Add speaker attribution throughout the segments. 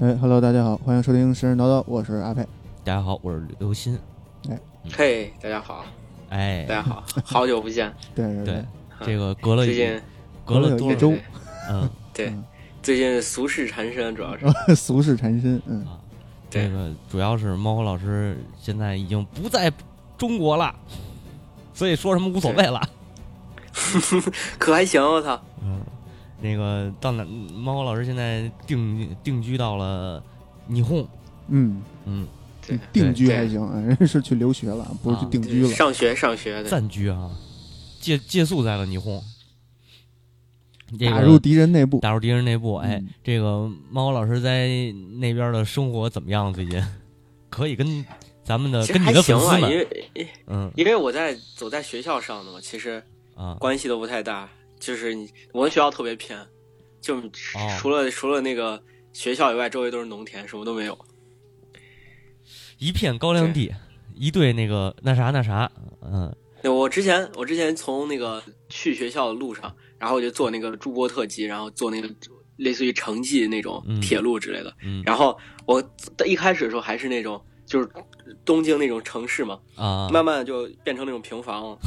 Speaker 1: 哎，Hello，大家好，欢迎收听《神神叨叨》，我是阿佩。
Speaker 2: 大家好，我是刘鑫。嗯
Speaker 3: 嘿，大家好，
Speaker 2: 哎
Speaker 3: 大，家好，好久不见。
Speaker 1: 对对
Speaker 2: 对，这个隔了
Speaker 3: 最近
Speaker 2: 隔了
Speaker 1: 有
Speaker 2: 多
Speaker 1: 一
Speaker 2: 少
Speaker 1: 周
Speaker 2: 嗯
Speaker 3: 对
Speaker 1: 嗯，
Speaker 3: 最近俗事缠身，主要是
Speaker 1: 对， 俗世缠身，嗯，
Speaker 2: 啊，
Speaker 3: 对
Speaker 2: 这个主要是猫火老师现在已经不在中国了，所以说什么无所谓了。
Speaker 3: 可还行，啊我操，
Speaker 2: 嗯，那个到哪，猫火老师现在定定居到了霓虹，
Speaker 1: 嗯，
Speaker 2: 嗯，
Speaker 3: 对
Speaker 1: 定居
Speaker 3: 对
Speaker 1: 还行，嗯人 是去留学了，不是去
Speaker 2: 啊
Speaker 1: 定居了。
Speaker 3: 上学上学的，
Speaker 2: 暂居啊，借借宿在了霓虹。这个
Speaker 1: 打入敌人内部，
Speaker 2: 打入敌人内部，哎，
Speaker 1: 嗯
Speaker 2: 这个猫火老师在那边的生活怎么样？最近 可以跟咱们的
Speaker 3: 其实
Speaker 2: 跟
Speaker 3: 还
Speaker 2: 你的
Speaker 3: 行
Speaker 2: 粉
Speaker 3: 啊，
Speaker 2: 丝
Speaker 3: 因
Speaker 2: 们，
Speaker 3: 为
Speaker 2: 嗯
Speaker 3: 因为我在我在学校上的嘛，其实
Speaker 2: 啊，
Speaker 3: 关系都不太大。就是你，我们学校特别偏，就除
Speaker 2: 哦
Speaker 3: 除了除了那个学校以外，周围都是农田，什么都没有。
Speaker 2: 一片高粱地，一对那个那啥那啥，嗯
Speaker 3: 对，我之前我之前从那个去学校的路上，然后我就坐那个筑波特急，然后坐那个类似于城际那种
Speaker 2: 嗯
Speaker 3: 铁路之类的。
Speaker 2: 嗯
Speaker 3: 然后我一开始的时候还是那种就是东京那种城市嘛，
Speaker 2: 啊，
Speaker 3: 慢慢就变成那种平 房了。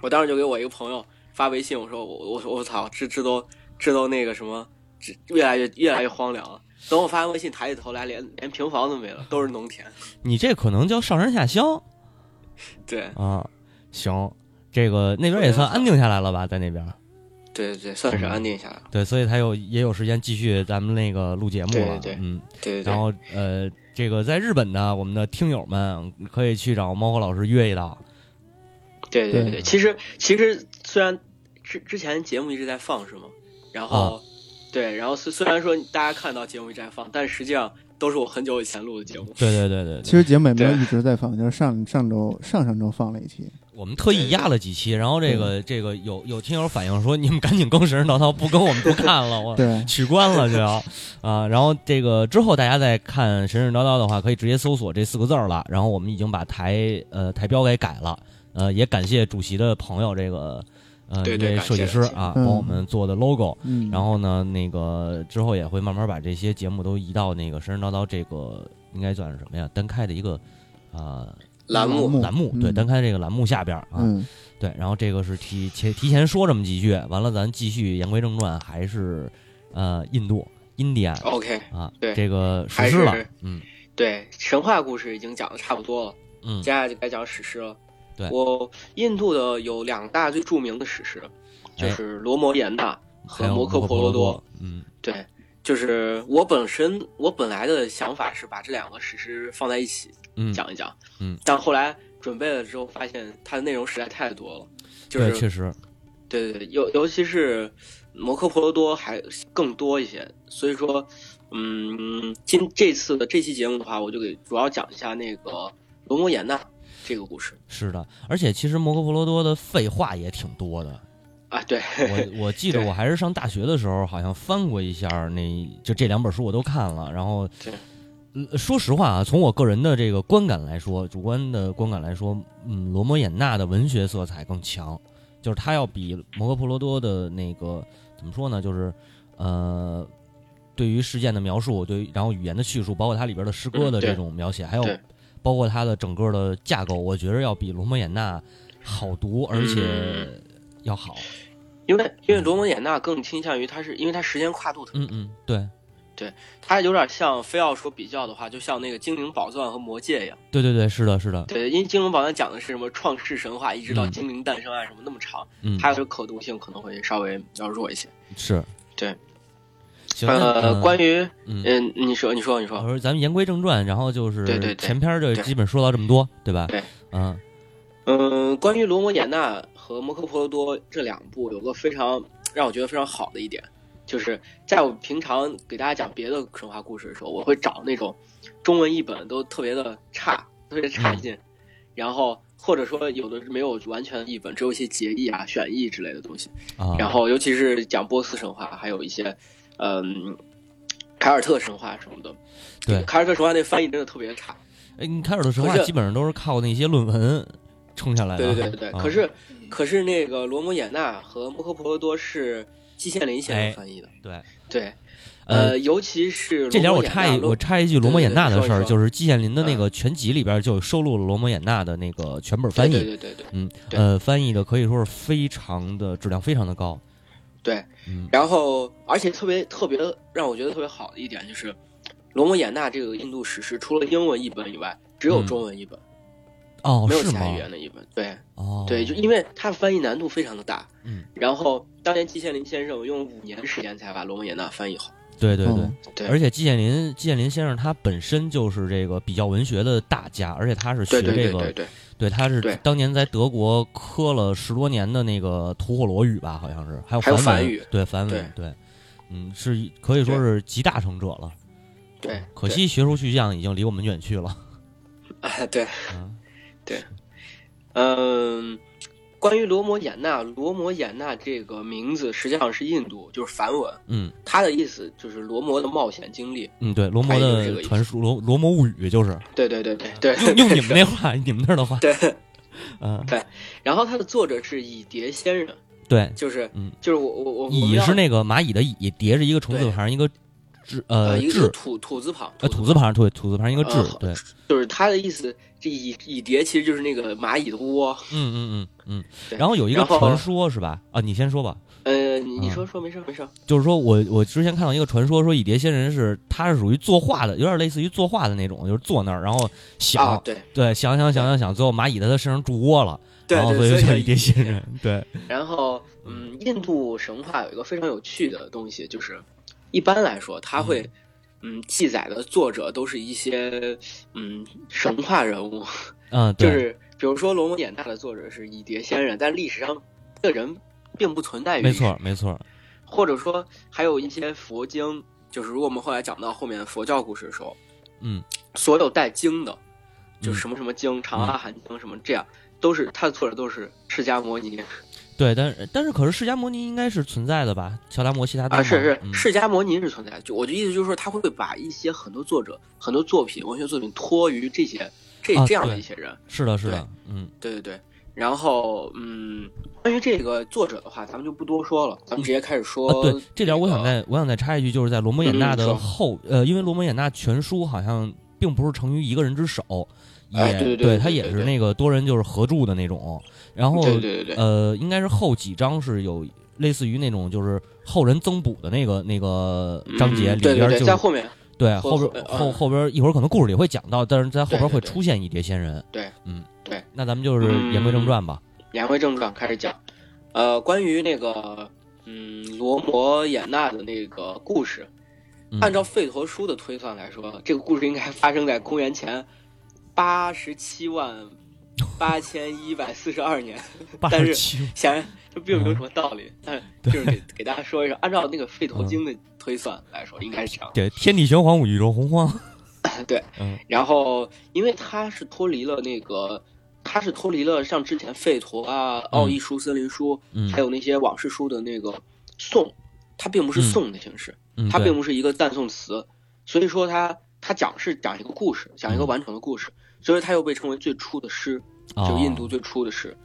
Speaker 3: 我当时就给我一个朋友发微信，我说我我我操，这这都这都那个什么，这越来越越来越荒凉了。等我发完微信，抬起头来，连连平房都没了，都是农田。
Speaker 2: 你这可能叫上山下乡
Speaker 3: 对
Speaker 2: 啊，行，这个那边也算安定下来了吧，在那边，
Speaker 3: 对对对，算是安定下来了。
Speaker 2: 对，所以他有也有时间继续咱们那个录节目了，
Speaker 3: 对对对
Speaker 2: 嗯，
Speaker 3: 对对对，
Speaker 2: 然后呃，这个在日本呢，我们的听友们可以去找猫火老师约一道，
Speaker 3: 对对
Speaker 1: 对
Speaker 3: 对，其实其实虽然之之前节目一直在放是吗？然后、对，然后虽虽然说大家看到节目一直在放，但实际上都是我很久以前录的节目。
Speaker 2: 对对对对对
Speaker 1: 其实节目也没有
Speaker 3: 对
Speaker 1: 一直在放，就是上上周、上上周放了一期，
Speaker 2: 我们特意压了几期，然后这个这个有有听友反映说，你们赶紧更神神叨叨，不跟我们不看了， 我
Speaker 1: 对，
Speaker 2: 取关了就要啊。然后这个之后大家再看神神叨叨的话，可以直接搜索这四个字儿了。然后我们已经把台呃台标给改了，呃，也感谢主席的朋友这个呃
Speaker 3: 对
Speaker 2: 这
Speaker 3: 对
Speaker 2: 位
Speaker 3: 感
Speaker 2: 设
Speaker 3: 谢
Speaker 2: 计师
Speaker 3: 感谢
Speaker 2: 啊，
Speaker 1: 嗯
Speaker 2: 帮我们做的 logo。
Speaker 1: 嗯，
Speaker 2: 然后呢，那个之后也会慢慢把这些节目都移到那个神神叨叨这个应该算是什么呀？单开的一个啊、
Speaker 3: 栏目
Speaker 1: 目
Speaker 2: 栏目，对，
Speaker 1: 嗯
Speaker 2: 单开这个栏目下边儿啊。
Speaker 1: 嗯，
Speaker 2: 对，然后这个是提前提前说这么几句，完了咱继续言归正传，还是呃印度 India
Speaker 3: OK，
Speaker 2: 啊，
Speaker 3: 对
Speaker 2: 这个史
Speaker 3: 还
Speaker 2: 诗
Speaker 3: 是
Speaker 2: 了，嗯
Speaker 3: 对，神话故事已经讲的差不多了，
Speaker 2: 嗯
Speaker 3: 接下来就该讲史诗了。
Speaker 2: 对
Speaker 3: 我印度的有两大最著名的史诗，就是罗摩衍那和
Speaker 2: 还有
Speaker 3: 摩诃
Speaker 2: 诃
Speaker 3: 婆
Speaker 2: 罗
Speaker 3: 罗多。，
Speaker 2: 嗯
Speaker 3: 对，就是我本身我本来的想法是把这两个史诗放在一起
Speaker 2: 嗯，
Speaker 3: 讲一讲。
Speaker 2: 嗯，
Speaker 3: 但后来准备了之后，发现它的内容实在太多了，就
Speaker 2: 对，
Speaker 3: 是
Speaker 2: 确实，
Speaker 3: 对对对，尤尤其是摩诃婆罗多还更多一些，所以说，嗯，今这次的这期节目的话，我就给主要讲一下那个罗摩衍那这个故事
Speaker 2: 是的，而且其实摩诃婆罗多的废话也挺多的，
Speaker 3: 啊，对，
Speaker 2: 我我记得
Speaker 3: 对
Speaker 2: 我还是上大学的时候，好像翻过一下那就这两本书我都看了。然后
Speaker 3: 对，
Speaker 2: 呃说实话啊，从我个人的这个观感来说，主观的观感来说，嗯，罗摩衍那的文学色彩更强，就是它要比摩诃婆罗多的那个怎么说呢，就是呃。对于事件的描述，对于然后语言的叙述，包括它里边的诗歌的
Speaker 3: 嗯对
Speaker 2: 这种描写，还有
Speaker 3: 对
Speaker 2: 包括它的整个的架构，我觉得要比《罗摩衍那》好读，而且
Speaker 3: 嗯
Speaker 2: 要好。
Speaker 3: 因为因为罗摩衍那更倾向于它是因为它时间跨度特别，
Speaker 2: 嗯嗯，对，
Speaker 3: 它有点像非要说比较的话，就像那个《精灵宝钻》和《魔戒》一样，
Speaker 2: 对对对，是的，是的，
Speaker 3: 对，因为《精灵宝钻》讲的是什么创世神话，一直到
Speaker 2: 嗯
Speaker 3: 精灵诞生啊什么那么长，
Speaker 2: 嗯，
Speaker 3: 它的可读性可能会稍微比较弱一些。
Speaker 2: 是，
Speaker 3: 对。
Speaker 2: 行，
Speaker 3: 呃，关
Speaker 2: 于
Speaker 3: 于
Speaker 2: 嗯，
Speaker 3: 嗯，你说，你说，你说
Speaker 2: 我。说咱们言归正传，然后就是
Speaker 3: 对对对
Speaker 2: 前篇儿就
Speaker 3: 对
Speaker 2: 基本说到这么多，对吧？
Speaker 3: 对，
Speaker 2: 嗯
Speaker 3: 嗯，关于罗摩衍那和摩诃婆罗多这两部，有个非常让我觉得非常好的一点，就是在我平常给大家讲别的神话故事的时候，我会找那种中文译本都特别的差，特别差
Speaker 2: 嗯
Speaker 3: 劲，然后或者说有的是没有完全的译本，只有一些结义啊、选义之类的东西。
Speaker 2: 啊，
Speaker 3: 然后尤其是讲波斯神话，还有一些嗯凯尔特神话什么的。
Speaker 2: 对
Speaker 3: 凯尔特神话那翻译真的特别差。
Speaker 2: 哎，你开始的神
Speaker 3: 可
Speaker 2: 话
Speaker 3: 是
Speaker 2: 基本上都是靠那些论文撑下来
Speaker 3: 对
Speaker 2: 的，
Speaker 3: 对对对对，
Speaker 2: 啊
Speaker 3: 可是可是那个罗摩衍那和摩诃婆罗多是季羡林先生翻译的，
Speaker 2: 对，
Speaker 3: 对，
Speaker 2: 哎呃，
Speaker 3: 呃，尤其是
Speaker 2: 这点
Speaker 3: 罗
Speaker 2: 我
Speaker 3: 摩衍
Speaker 2: 插
Speaker 3: 那
Speaker 2: 一
Speaker 3: 罗
Speaker 2: 我插一句罗摩衍那的事
Speaker 3: 对对对
Speaker 2: 儿，
Speaker 3: 你说嗯
Speaker 2: 就是季羡林的那个全集里边就收录了罗摩衍那的那个全本翻
Speaker 3: 对
Speaker 2: 译，
Speaker 3: 对对对对。
Speaker 2: 嗯，
Speaker 3: 对
Speaker 2: 呃，翻译的可以说是非常的质量非常的高，
Speaker 3: 对，
Speaker 2: 嗯
Speaker 3: 然后而且特别特别让我觉得特别好的一点就是，《罗摩衍那》这个印度史诗除了英文译本以外，只有
Speaker 2: 嗯
Speaker 3: 中文译本，
Speaker 2: 哦
Speaker 3: 没有
Speaker 2: 是
Speaker 3: 其他
Speaker 2: 吗
Speaker 3: 语？言的译本。对
Speaker 2: 哦，
Speaker 3: 对，就因为它翻译难度非常的大。
Speaker 2: 嗯，
Speaker 3: 然后当年季羡林先生用五年时间才把《罗摩衍那》翻译好。
Speaker 2: 对对对
Speaker 1: 嗯，
Speaker 3: 对，
Speaker 2: 而且季羡林季羡林先生他本身就是这个比较文学的大家，而且他是学
Speaker 3: 对对
Speaker 2: 这
Speaker 3: 对
Speaker 2: 个
Speaker 3: 对对，
Speaker 2: 对，他是
Speaker 3: 对
Speaker 2: 当年在德国科了十多年的那个吐火罗语吧，好像是，还有
Speaker 3: 还有
Speaker 2: 梵
Speaker 3: 梵
Speaker 2: 文
Speaker 3: 语
Speaker 2: 对梵文，对，嗯，是可以说是集大成者了。
Speaker 3: 对
Speaker 2: 可惜学术去向已经离我们远去了。
Speaker 3: 啊，对，
Speaker 2: 嗯，
Speaker 3: 嗯，关于罗摩衍那，罗摩衍那这个名字实际上是印度，就是梵文，
Speaker 2: 嗯
Speaker 3: 它的意思就是罗摩的冒险经历。
Speaker 2: 嗯，对，罗摩
Speaker 3: 翻译就是这
Speaker 2: 的
Speaker 3: 个意思
Speaker 2: 传说，罗罗摩物语就是
Speaker 3: 对对对对对，
Speaker 2: 用用你们那话，你们那儿的话，
Speaker 3: 对，
Speaker 2: 嗯，
Speaker 3: 然后它的作者是蚁蝶仙人，
Speaker 2: 对，
Speaker 3: 就是
Speaker 2: 嗯
Speaker 3: 就是我我我我
Speaker 2: 蚁
Speaker 3: 们要
Speaker 2: 是那个蚂蚁的蚁，叠着一个虫字
Speaker 3: 对
Speaker 2: 旁一个志，
Speaker 3: 呃
Speaker 2: 呃，
Speaker 3: 一个一个
Speaker 2: 志，
Speaker 3: 土土字旁，
Speaker 2: 呃，土字旁，对，土字旁一个志
Speaker 3: 呃，
Speaker 2: 对，
Speaker 3: 就是它的意思，这蚁蚁蝶其实就是那个蚂蚁的窝。
Speaker 2: 嗯嗯嗯嗯。
Speaker 3: 对
Speaker 2: 然后有一个
Speaker 3: 然后
Speaker 2: 传说是吧？啊，你先说吧。
Speaker 3: 呃，你你
Speaker 2: 嗯
Speaker 3: 说说没事没事，
Speaker 2: 就是说我我之前看到一个传说，说蚁蝶仙人是他是属于作画的，有点类似于作画的那种，就是坐那儿然后想，
Speaker 3: 啊对
Speaker 2: 对，想想想想想，最后蚂蚁在他身上筑窝了，
Speaker 3: 对
Speaker 2: 然后哦所
Speaker 3: 对，
Speaker 2: 以就叫
Speaker 3: 所
Speaker 2: 蚁
Speaker 3: 以
Speaker 2: 蝶仙 人。对，
Speaker 3: 然后，嗯，印度神话有一个非常有趣的东西，就是一般来说，它会，嗯记载的作者都是一些，嗯，神话人物，
Speaker 2: 嗯，
Speaker 3: 就
Speaker 2: 对，
Speaker 3: 是比如说《罗摩衍那》的作者是蚁蝶仙人，但历史上这个人并不存在于，
Speaker 2: 没，错没错，
Speaker 3: 或者说还有一些佛经，就是如果我们后来讲到后面佛教故事的时候，
Speaker 2: 嗯，
Speaker 3: 所有带经的，就是
Speaker 2: 嗯
Speaker 3: 什么什么经、长阿含经什么这样，都是他的作者都是释迦摩尼。
Speaker 2: 对，但是但是可是释迦摩尼应该是存在的吧？乔达摩、悉达多
Speaker 3: 啊，
Speaker 2: 嘛
Speaker 3: 是是，
Speaker 2: 嗯
Speaker 3: 释迦摩尼是存在的。就我的意思就是说，他会把一些很多作者、很多作品、文学作品脱于这些这
Speaker 2: 啊
Speaker 3: 这样的
Speaker 2: 对
Speaker 3: 一些人。
Speaker 2: 是的是的，嗯
Speaker 3: 对对对。然后，嗯，关于这个作者的话，咱们就不多说了，咱们直接开始说
Speaker 2: 啊
Speaker 3: 个。
Speaker 2: 对，这点我想再我想再插一句，就是在罗摩衍那的
Speaker 3: 嗯
Speaker 2: 后呃，因为罗摩衍那全书好像并不是成于一个人之手。也、
Speaker 3: 哎对对对对
Speaker 2: 他
Speaker 3: 对
Speaker 2: 也
Speaker 3: 对
Speaker 2: 是
Speaker 3: 对
Speaker 2: 那个多人就是合著的那种，然后
Speaker 3: 对对对对，
Speaker 2: 呃，应该是后几章是有类似于那种就是后人增补的那个那个章节
Speaker 3: 嗯
Speaker 2: 里
Speaker 3: 对
Speaker 2: 边就
Speaker 3: 对对，
Speaker 2: 是
Speaker 3: 在后面，
Speaker 2: 对
Speaker 3: 后
Speaker 2: 后边
Speaker 3: 呃
Speaker 2: 后
Speaker 3: 嗯
Speaker 2: 后边一会儿可能故事里会讲到，但是在后边
Speaker 3: 对对
Speaker 2: 会
Speaker 3: 对
Speaker 2: 出现一叠仙人。
Speaker 3: 对，
Speaker 2: 嗯，
Speaker 3: 对。
Speaker 2: 那咱们就是言归正传吧。
Speaker 3: 言归正传，开始讲。呃，关于那个，嗯，罗摩衍那的那个故事，
Speaker 2: 嗯
Speaker 3: 按照费陀书的推算来说，这个故事应该发生在公元前八十 七万八千一百四十二年。
Speaker 2: 八
Speaker 3: 但
Speaker 2: 十
Speaker 3: 是
Speaker 2: 七，
Speaker 3: 显然这并没有什么道理，但
Speaker 2: 嗯
Speaker 3: 是就是给给大家说一说，按照那个费陀经的推算来说，应该是这样。
Speaker 2: 对，天地玄黄，宇宙洪荒。
Speaker 3: 对，
Speaker 2: 嗯
Speaker 3: 然后因为它是脱离了那个，它是脱离了像之前费陀啊、奥义书、森林书，
Speaker 2: 嗯，
Speaker 3: 还有那些往事书的那个颂，它并不是颂的形式，
Speaker 2: 嗯
Speaker 3: 它
Speaker 2: 对
Speaker 3: 并不是一个赞颂词，所以说它它讲是讲一个故事，讲一个
Speaker 2: 嗯
Speaker 3: 完整的故事，所以它又被称为最初的诗，就印度
Speaker 2: 哦
Speaker 3: 最初的诗。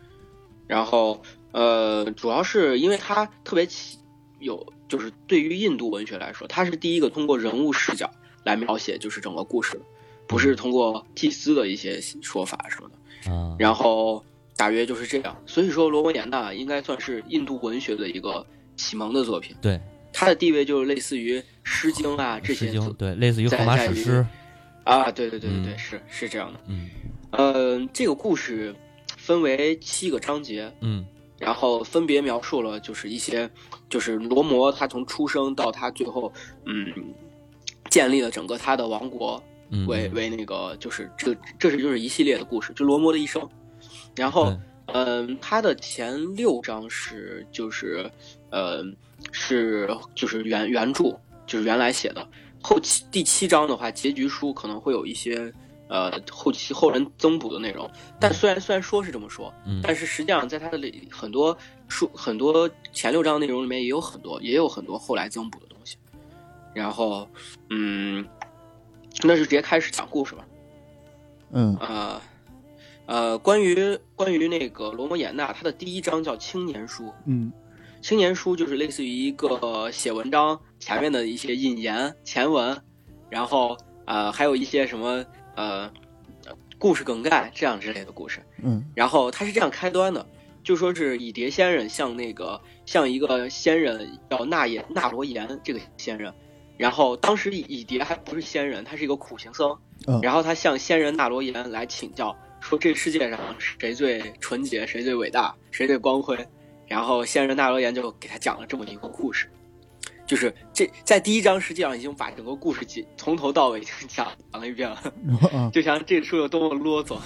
Speaker 3: 然后呃，主要是因为它特别起有，就是对于印度文学来说，它是第一个通过人物视角来描写就是整个故事的，不
Speaker 2: 嗯
Speaker 3: 是通过祭司的一些说法什么的。
Speaker 2: 啊，
Speaker 3: 然后大约就是这样，所以说《罗摩衍那》应该算是印度文学的一个启蒙的作品。
Speaker 2: 对
Speaker 3: 它的地位就是类似于《诗经》啊这
Speaker 2: 诗
Speaker 3: 些
Speaker 2: 经对，类似于
Speaker 3: 在
Speaker 2: 荷马
Speaker 3: 在
Speaker 2: 史
Speaker 3: 于
Speaker 2: 诗。
Speaker 3: 啊，对对对对对，
Speaker 2: 嗯
Speaker 3: 是是这样的。
Speaker 2: 嗯
Speaker 3: 嗯，这个故事分为七个章节，
Speaker 2: 嗯
Speaker 3: 然后分别描述了就是一些就是罗摩他从出生到他最后嗯建立了整个他的王国
Speaker 2: 嗯，
Speaker 3: 为
Speaker 2: 嗯
Speaker 3: 为那个就是这这是就是一系列的故事，就罗摩的一生。然后
Speaker 2: 对
Speaker 3: 嗯，它的前六章是就是，呃，是就是原原著就是原来写的，后期第七章的话，结局书可能会有一些呃后期后人增补的内容，但虽然虽然说是这么说，
Speaker 2: 嗯
Speaker 3: 但是实际上在它的里很多书很多前六章内容里面也有很多也有很多后来增补的东西，然后嗯，那就直接开始讲故事吧。
Speaker 1: 嗯
Speaker 3: 呃，呃，关于关于那个罗摩衍那，它的第一章叫《青年书》，
Speaker 1: 嗯
Speaker 3: 青年书就是类似于一个写文章前面的一些引言、前文，然后呃还有一些什么呃故事梗概这样之类的故事。
Speaker 1: 嗯
Speaker 3: 然后它是这样开端的，就说是以蝶仙人向那个向一个仙人叫纳言纳罗延这个仙人，然后当时以蝶还不是仙人，他是一个苦行僧
Speaker 1: 嗯，
Speaker 3: 然后他向仙人纳罗延来请教，说这世界上谁最纯洁，谁最伟大，谁最光辉，然后仙人纳罗延就给他讲了这么一个故事。就是这，在第一章实际上已经把整个故事讲从头到尾已经讲讲了一遍了，
Speaker 1: 啊，
Speaker 3: 就想这个书有多么啰嗦。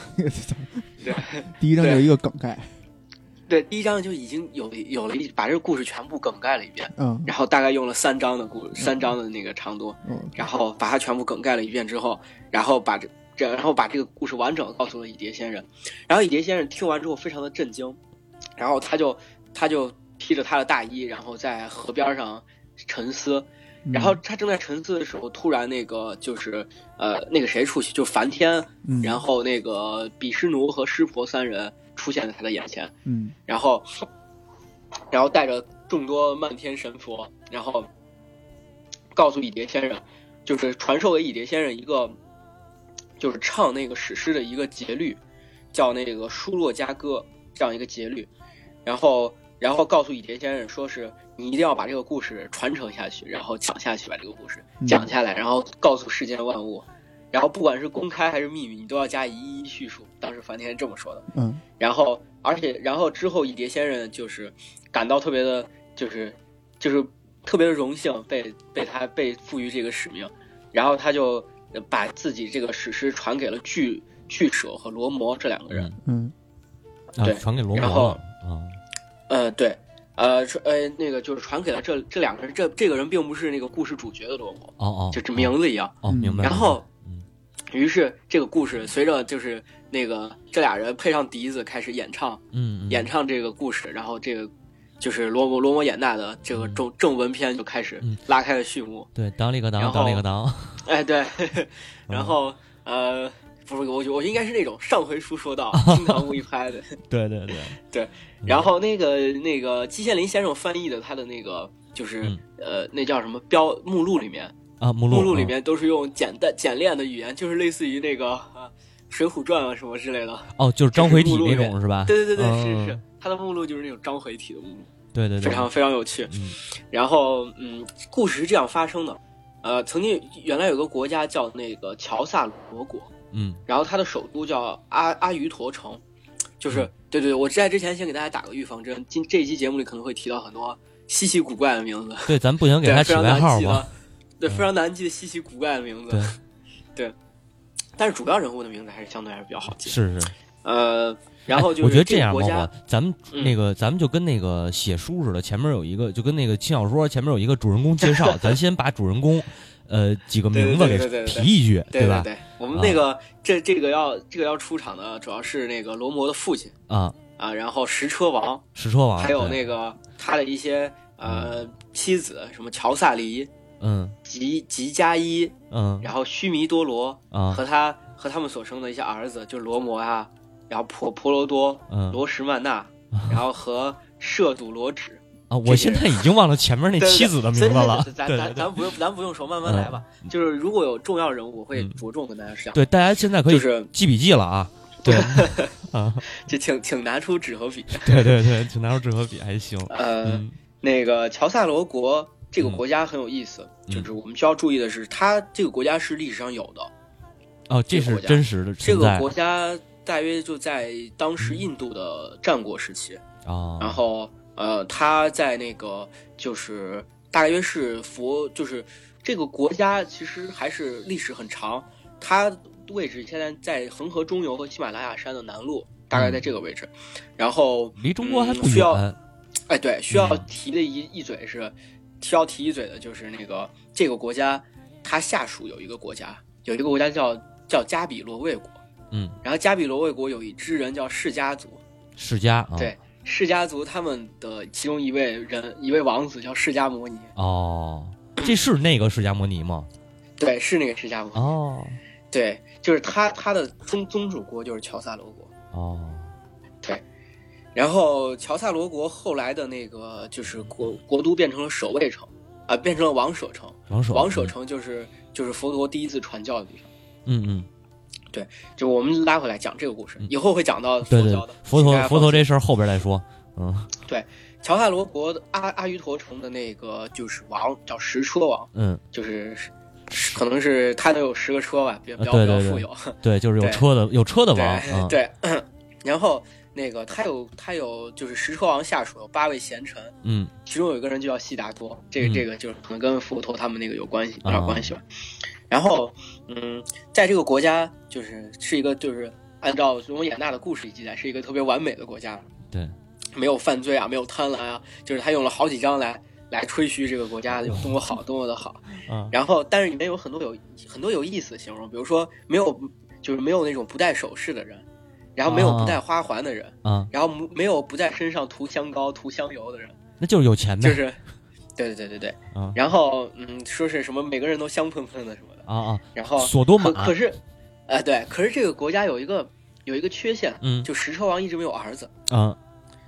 Speaker 3: 对，
Speaker 1: 第一张就是一个梗概，
Speaker 3: 对，第一章就已经有有了一把这个故事全部梗概了一遍，
Speaker 1: 嗯，
Speaker 3: 然后大概用了三章的故三章的那个长度，
Speaker 1: 哦
Speaker 3: 然后把它全部梗概了一遍之后，然后把这这然后把这个故事完整的告诉了蚁蝶先生，然后蚁蝶先生听完之后非常的震惊，然后他就他就披着他的大衣，然后在河边上沉思，
Speaker 1: 嗯
Speaker 3: 然后他正在沉思的时候，突然那个就是呃那个谁出去，就是梵天，
Speaker 1: 嗯，
Speaker 3: 然后那个比湿奴和湿婆三人出现在他的眼前。
Speaker 1: 嗯
Speaker 3: 然后，然后带着众多漫天神佛，然后告诉蚁蝶先生，就是传授给蚁蝶先生一个，就是唱那个史诗的一个节律，叫那个疏洛加歌这样一个节律，然后然后告诉蚁蝶先生，说是你一定要把这个故事传承下去，然后讲下去，把这个故事
Speaker 1: 嗯
Speaker 3: 讲下来，然后告诉世间万物。然后不管是公开还是秘密，你都要加以一一叙述。当时梵天是这么说的。
Speaker 1: 嗯
Speaker 3: 然后而且然后之后，蚁蝶先生就是感到特别的，就是就是特别的荣幸被被他被赋予这个使命，然后他就呃把自己这个史诗传给了巨巨蛇和罗摩这两个人。
Speaker 1: 嗯
Speaker 2: 啊
Speaker 3: 对，
Speaker 2: 传给罗摩
Speaker 3: 然后
Speaker 2: 了啊，
Speaker 3: 呃，对，呃传呃那个就是传给了这这两个人，这这个人并不是那个故事主角的罗摩，
Speaker 2: 哦哦，
Speaker 3: 就是名字一样。
Speaker 2: 哦，明白。
Speaker 3: 然后
Speaker 2: 嗯，
Speaker 3: 于是这个故事随着就是那个这俩人配上笛子开始演唱。
Speaker 2: 嗯，嗯
Speaker 3: 演唱这个故事，然后这个就是罗摩罗摩衍那的这个正正文篇就开始
Speaker 2: 嗯
Speaker 3: 拉开了序幕。
Speaker 2: 对，当了一个当，
Speaker 3: 然后
Speaker 2: 当了一个当，
Speaker 3: 哎，对，
Speaker 2: 嗯
Speaker 3: 然后呃，不是我，我应该是那种上回 书说到经常误一拍的。
Speaker 2: 对对 对，
Speaker 3: 然后那个那个季羡林先生翻译的他的那个就是、
Speaker 2: 嗯
Speaker 3: 呃那叫什么标目录里面，
Speaker 2: 啊，目录
Speaker 3: 目录里
Speaker 2: 啊
Speaker 3: 面都是用简单简练的语言，就是类似于那个呃《水浒传》啊什么之类的。
Speaker 2: 哦，就是章回体那
Speaker 3: 就是目录
Speaker 2: 种是吧？
Speaker 3: 对对对对，
Speaker 2: 嗯
Speaker 3: 是是，他的目录就是那种章回体的目录，
Speaker 2: 对对对，
Speaker 3: 非常非常有趣。
Speaker 2: 嗯
Speaker 3: 然后，嗯，故事是这样发生的，呃，曾经原来有个国家叫那个乔萨罗国，
Speaker 2: 嗯
Speaker 3: 然后它的首都叫阿阿瑜陀城，就是
Speaker 2: 嗯
Speaker 3: 对对，我在之前先给大家打个预防针，今这一期节目里可能会提到很多稀奇古怪的名字，
Speaker 2: 对，咱不 行给
Speaker 3: 对，
Speaker 2: 他起
Speaker 3: 非常
Speaker 2: 外号
Speaker 3: 难记
Speaker 2: 吧
Speaker 3: 的？，对，
Speaker 2: 嗯
Speaker 3: 非常难记的稀奇古怪的名字，对，但是主要人物的名字还是相对还是比较好记，
Speaker 2: 是是。
Speaker 3: 呃，然后就是
Speaker 2: 哎我觉得这
Speaker 3: 这个
Speaker 2: 样，
Speaker 3: 国
Speaker 2: 猫
Speaker 3: 家
Speaker 2: 猫，咱们
Speaker 3: 嗯
Speaker 2: 那个咱们就跟那个写书似的，前面有一个，就跟那个轻小说前面有一个主人公介 绍，咱先把主人公呃几个名字给
Speaker 3: 对对对对对对
Speaker 2: 提一句，
Speaker 3: 对
Speaker 2: 吧？啊
Speaker 3: 对，我们那个、这这个要这个要出场的主要是那个罗摩的父亲。
Speaker 2: 啊，
Speaker 3: 啊，然后石车王，
Speaker 2: 矢车王，
Speaker 3: 还有
Speaker 2: 啊对
Speaker 3: 那个他的一些呃妻子，什么乔萨黎、
Speaker 2: 嗯
Speaker 3: 吉吉加伊，
Speaker 2: 嗯
Speaker 3: 然后须弥多罗
Speaker 2: 啊
Speaker 3: 和他和他们所生的一些儿子，就是罗摩啊，然后婆婆罗多、
Speaker 2: 嗯
Speaker 3: 罗什 曼那，然后和舍堵罗止。
Speaker 2: 啊，我现在已经忘了前面那
Speaker 3: 对对
Speaker 2: 妻子的名字了，
Speaker 3: 对
Speaker 2: 对
Speaker 3: 对对咱
Speaker 2: 对
Speaker 3: 咱
Speaker 2: 对
Speaker 3: 咱不用咱不用说，慢慢来吧。就是如果有重要人物，我会着重跟大家讲。
Speaker 2: 嗯对，大家现在可
Speaker 3: 就
Speaker 2: 以
Speaker 3: 是
Speaker 2: 记笔记了 啊，对啊，
Speaker 3: 就请请拿出纸和笔。
Speaker 2: 对对对，就拿出纸和笔还行，
Speaker 3: 呃，
Speaker 2: 嗯
Speaker 3: 那个乔萨罗国这个
Speaker 2: 嗯
Speaker 3: 国家很有意思，
Speaker 2: 嗯
Speaker 3: 就是我们需要注意的是，它这个国家是历史上有的。
Speaker 2: 哦，这
Speaker 3: 这个
Speaker 2: 是
Speaker 3: 国家
Speaker 2: 真实的
Speaker 3: 这
Speaker 2: 存
Speaker 3: 个
Speaker 2: 在
Speaker 3: 国家大约就在当时印度的战国时期，
Speaker 2: 啊，
Speaker 3: 然后呃，它在那个就是大约是佛，就是这个国家其实还是历史很长，它位置现在在恒河中游和喜马拉雅山的南麓，大
Speaker 2: 嗯
Speaker 3: 概在这个位置。然后
Speaker 2: 离中国还不
Speaker 3: 嗯需要
Speaker 2: 远，
Speaker 3: 哎，对，需要
Speaker 2: 嗯
Speaker 3: 提的一一嘴是，需要提一嘴的就是那个这个国家，它下属有一个国家，有一个国家叫叫加比罗卫国，
Speaker 2: 嗯，
Speaker 3: 然后加比罗卫国有一支人叫释家族，
Speaker 2: 世家啊，
Speaker 3: 对，释家族他们的其中一位人一位王子叫释迦摩尼，
Speaker 2: 哦，这是那个释迦摩尼吗？
Speaker 3: 对，是那个释迦摩尼，
Speaker 2: 哦
Speaker 3: 对，就是他他的宗宗主国就是乔萨罗国，
Speaker 2: 哦，
Speaker 3: 然后乔萨罗国后来的那个就是国国都变成了守卫城，啊、变成了王舍城。
Speaker 2: 王舍
Speaker 3: 王舍，城就是就是佛陀第一次传教的地方。
Speaker 2: 嗯嗯，
Speaker 3: 就我们拉回来讲这个故事
Speaker 2: 嗯，
Speaker 3: 以后会讲到佛
Speaker 2: 对对
Speaker 3: 教的，
Speaker 2: 佛
Speaker 3: 请大
Speaker 2: 陀
Speaker 3: 家
Speaker 2: 佛
Speaker 3: 放
Speaker 2: 陀
Speaker 3: 心
Speaker 2: 这事儿后边再说，嗯
Speaker 3: 乔萨罗国的阿阿瑜陀城的那个就是王叫石车王，
Speaker 2: 嗯，
Speaker 3: 就是是可能是他能有十个车吧，比比较
Speaker 2: 啊对
Speaker 3: 比较
Speaker 2: 对对
Speaker 3: 富有。
Speaker 2: 对，就是有
Speaker 3: 对
Speaker 2: 车的有车的王，
Speaker 3: 对
Speaker 2: 啊，
Speaker 3: 对， 然后那个他有他有就是石车王下属有八位贤臣，
Speaker 2: 嗯
Speaker 3: 其中有一个人就叫悉达多，这
Speaker 2: 嗯
Speaker 3: 个这个就是可能跟佛陀他们那个有关系，有
Speaker 2: 啊
Speaker 3: 点关系吧。然后，嗯，在这个国家就是是一个就是按照罗摩衍那的故事记载，是一个特别完美的国家，
Speaker 2: 对，
Speaker 3: 没有犯罪啊，没有贪婪啊，就是他用了好几章来来吹嘘这个国家有多么好，多么的好。
Speaker 2: 啊
Speaker 3: 然后，但是里面有很多有很多有意思的形容，比如说没有就是没有那种不戴首饰的人，然后没有不戴花环的人，
Speaker 2: 啊，
Speaker 3: 然后没有不在身上涂香膏、涂香油的人。
Speaker 2: 那就是有 钱呗
Speaker 3: 就，是，对对对对对。
Speaker 2: 啊
Speaker 3: 然后嗯，说是什么每个人都香喷喷的什么的，
Speaker 2: 啊
Speaker 3: 然后
Speaker 2: 啊，索多玛
Speaker 3: 哦可，可是，呃对，可是这个国家有一个有一个缺陷，
Speaker 2: 嗯
Speaker 3: 就石车王一直没有儿子，
Speaker 2: 啊，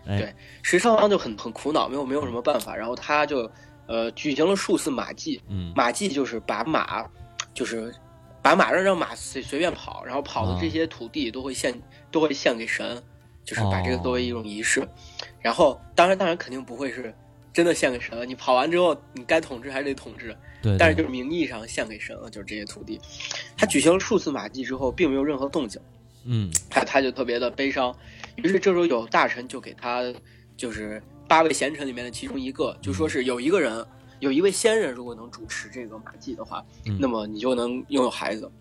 Speaker 2: 哎
Speaker 3: 对石车王就很很苦恼，没有没有什么办法，然后他就呃举行了数次马祭，
Speaker 2: 嗯
Speaker 3: 马祭就是把马，就是。把马让让马随随便跑，然后跑
Speaker 2: 啊
Speaker 3: 的这些土地都会献、都会献给神，就是把
Speaker 2: 哦
Speaker 3: 这个作为一种仪式。然后，当然当然肯定不会是真的献给神了，你跑完之后，你该统治还是得统治。
Speaker 2: 对，
Speaker 3: 但是
Speaker 2: 对
Speaker 3: 就是名义上献给神了，就是这些土地。他举行了数次马祭之后，并没有任何动静，
Speaker 2: 嗯
Speaker 3: 他他就特别的悲伤。于是这时候有大臣就给他，就是八位贤臣里面的其中一个，就说是有一个人，有一位仙人，如果能主持这个马祭的话，
Speaker 2: 嗯
Speaker 3: 那么你就能拥有孩子。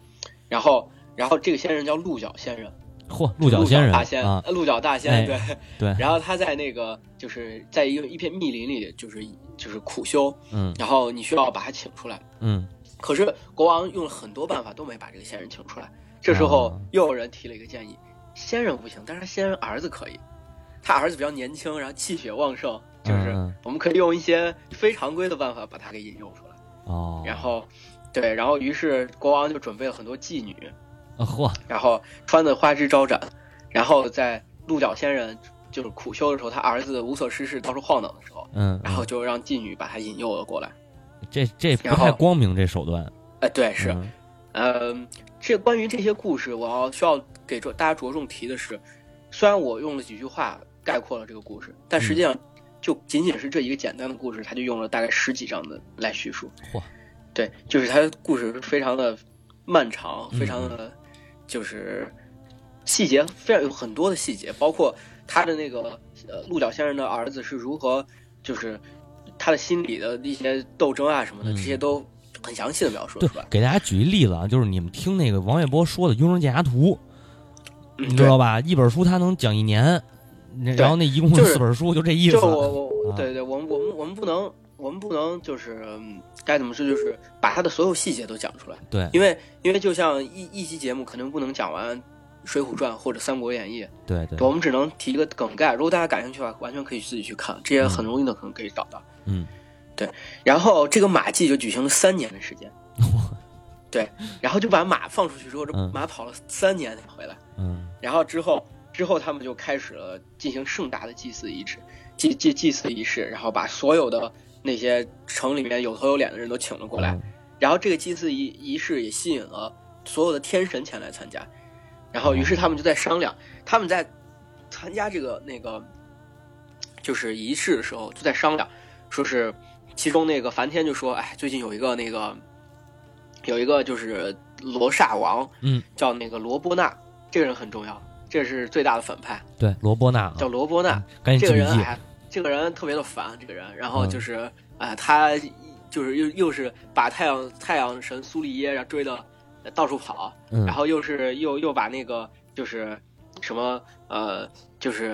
Speaker 3: 然后，然后这个仙人叫鹿角仙人，
Speaker 2: 嚯，鹿角仙人
Speaker 3: 大仙，
Speaker 2: 啊，
Speaker 3: 呃鹿角大仙，
Speaker 2: 哎
Speaker 3: 对
Speaker 2: 对
Speaker 3: 然后他在那个就是在一个一片密林里，就是就是苦修，
Speaker 2: 嗯
Speaker 3: 然后你需要把他请出来。
Speaker 2: 嗯
Speaker 3: 可是国王用了很多办法都没把这个仙人请出来。这时候
Speaker 2: 啊
Speaker 3: 又有人提了一个建议：仙人不行，但是他仙人儿子可以。他儿子比较年轻，然后气血旺盛，就是
Speaker 2: 嗯嗯
Speaker 3: 我们可以用一些非常规的办法把他给引诱出来。
Speaker 2: 哦，
Speaker 3: 然后，对，然后于是国王就准备了很多妓女，
Speaker 2: 啊嚯，
Speaker 3: 然后穿的花枝招展，然后在鹿角仙人就是苦修的时候，他儿子无所事事到处晃荡的时候，
Speaker 2: 嗯，
Speaker 3: 然后就让妓女把他引诱了过来。
Speaker 2: 这这不
Speaker 3: 然后
Speaker 2: 太光明，这手段
Speaker 3: 呃，对，是，
Speaker 2: 嗯
Speaker 3: 嗯，这关于这些故事，我要需要给着大家着重提的是，虽然我用了几句话概括了这个故事，但实际
Speaker 2: 嗯
Speaker 3: 上就仅仅是这一个简单的故事，他就用了大概十几章的来叙述。
Speaker 2: 嚯！
Speaker 3: 对，就是他的故事非常的漫长，
Speaker 2: 嗯
Speaker 3: 非常的就是细节非常有很多的细节，包括他的那个呃鹿角先生的儿子是如何就是他的心理的一些斗争啊什么的，
Speaker 2: 嗯
Speaker 3: 这些都很详细的描述
Speaker 2: 对
Speaker 3: 出来，。
Speaker 2: 给大家举一例子啊，就是你们听那个王玥波说的《雍正剑侠图》，
Speaker 3: 嗯
Speaker 2: 你知
Speaker 3: 对
Speaker 2: 道吧？一本书他能讲一年，那然后那一共
Speaker 3: 就是
Speaker 2: 四本书，就这意思
Speaker 3: 就。我我
Speaker 2: 啊
Speaker 3: 对对，我们我们我们不能我们不能就是嗯该怎么说，就是把他的所有细节都讲出来，
Speaker 2: 对
Speaker 3: 因为因为就像一一期节目肯定不能讲完《水浒传》或者《三国演义》，
Speaker 2: 对对，
Speaker 3: 我们只能提一个梗概。如果大家感兴趣的话，完全可以自己去看，这些很容易的可能可以找到。
Speaker 2: 嗯，
Speaker 3: 然后这个马季就举行了三年的时 间，对，然后就把马放出去之后，这
Speaker 2: 嗯
Speaker 3: 马跑了三年才回来。
Speaker 2: 嗯
Speaker 3: 然后之后之后他们就开始了进行盛大的祭祀仪式，祭祭祭祀仪式，然后把所有的那些城里面有头有脸的人都请了过来，
Speaker 2: 嗯
Speaker 3: 然后这个祭祀仪仪式也吸引了所有的天神前来参加，然后于
Speaker 2: 嗯
Speaker 3: 是他们就在商量，他们在参加这个那个就是仪式的时候就在商量，说是其中那个梵天就说，哎，最近有一个那个有一个就是罗刹王，
Speaker 2: 嗯，
Speaker 3: 叫那个罗波那，这个人很重要，这是最大的反派，
Speaker 2: 对，罗波纳啊，
Speaker 3: 叫罗波那，
Speaker 2: 赶紧
Speaker 3: 这
Speaker 2: 记
Speaker 3: 个
Speaker 2: 笔
Speaker 3: 人
Speaker 2: 记。
Speaker 3: 哎，这个人特别的烦，这个人，然后
Speaker 2: 嗯
Speaker 3: 就是啊、哎他就是又又是把太阳太阳神苏利耶然后追的到处跑，
Speaker 2: 嗯
Speaker 3: 然后又是又又把那个就是什么呃就是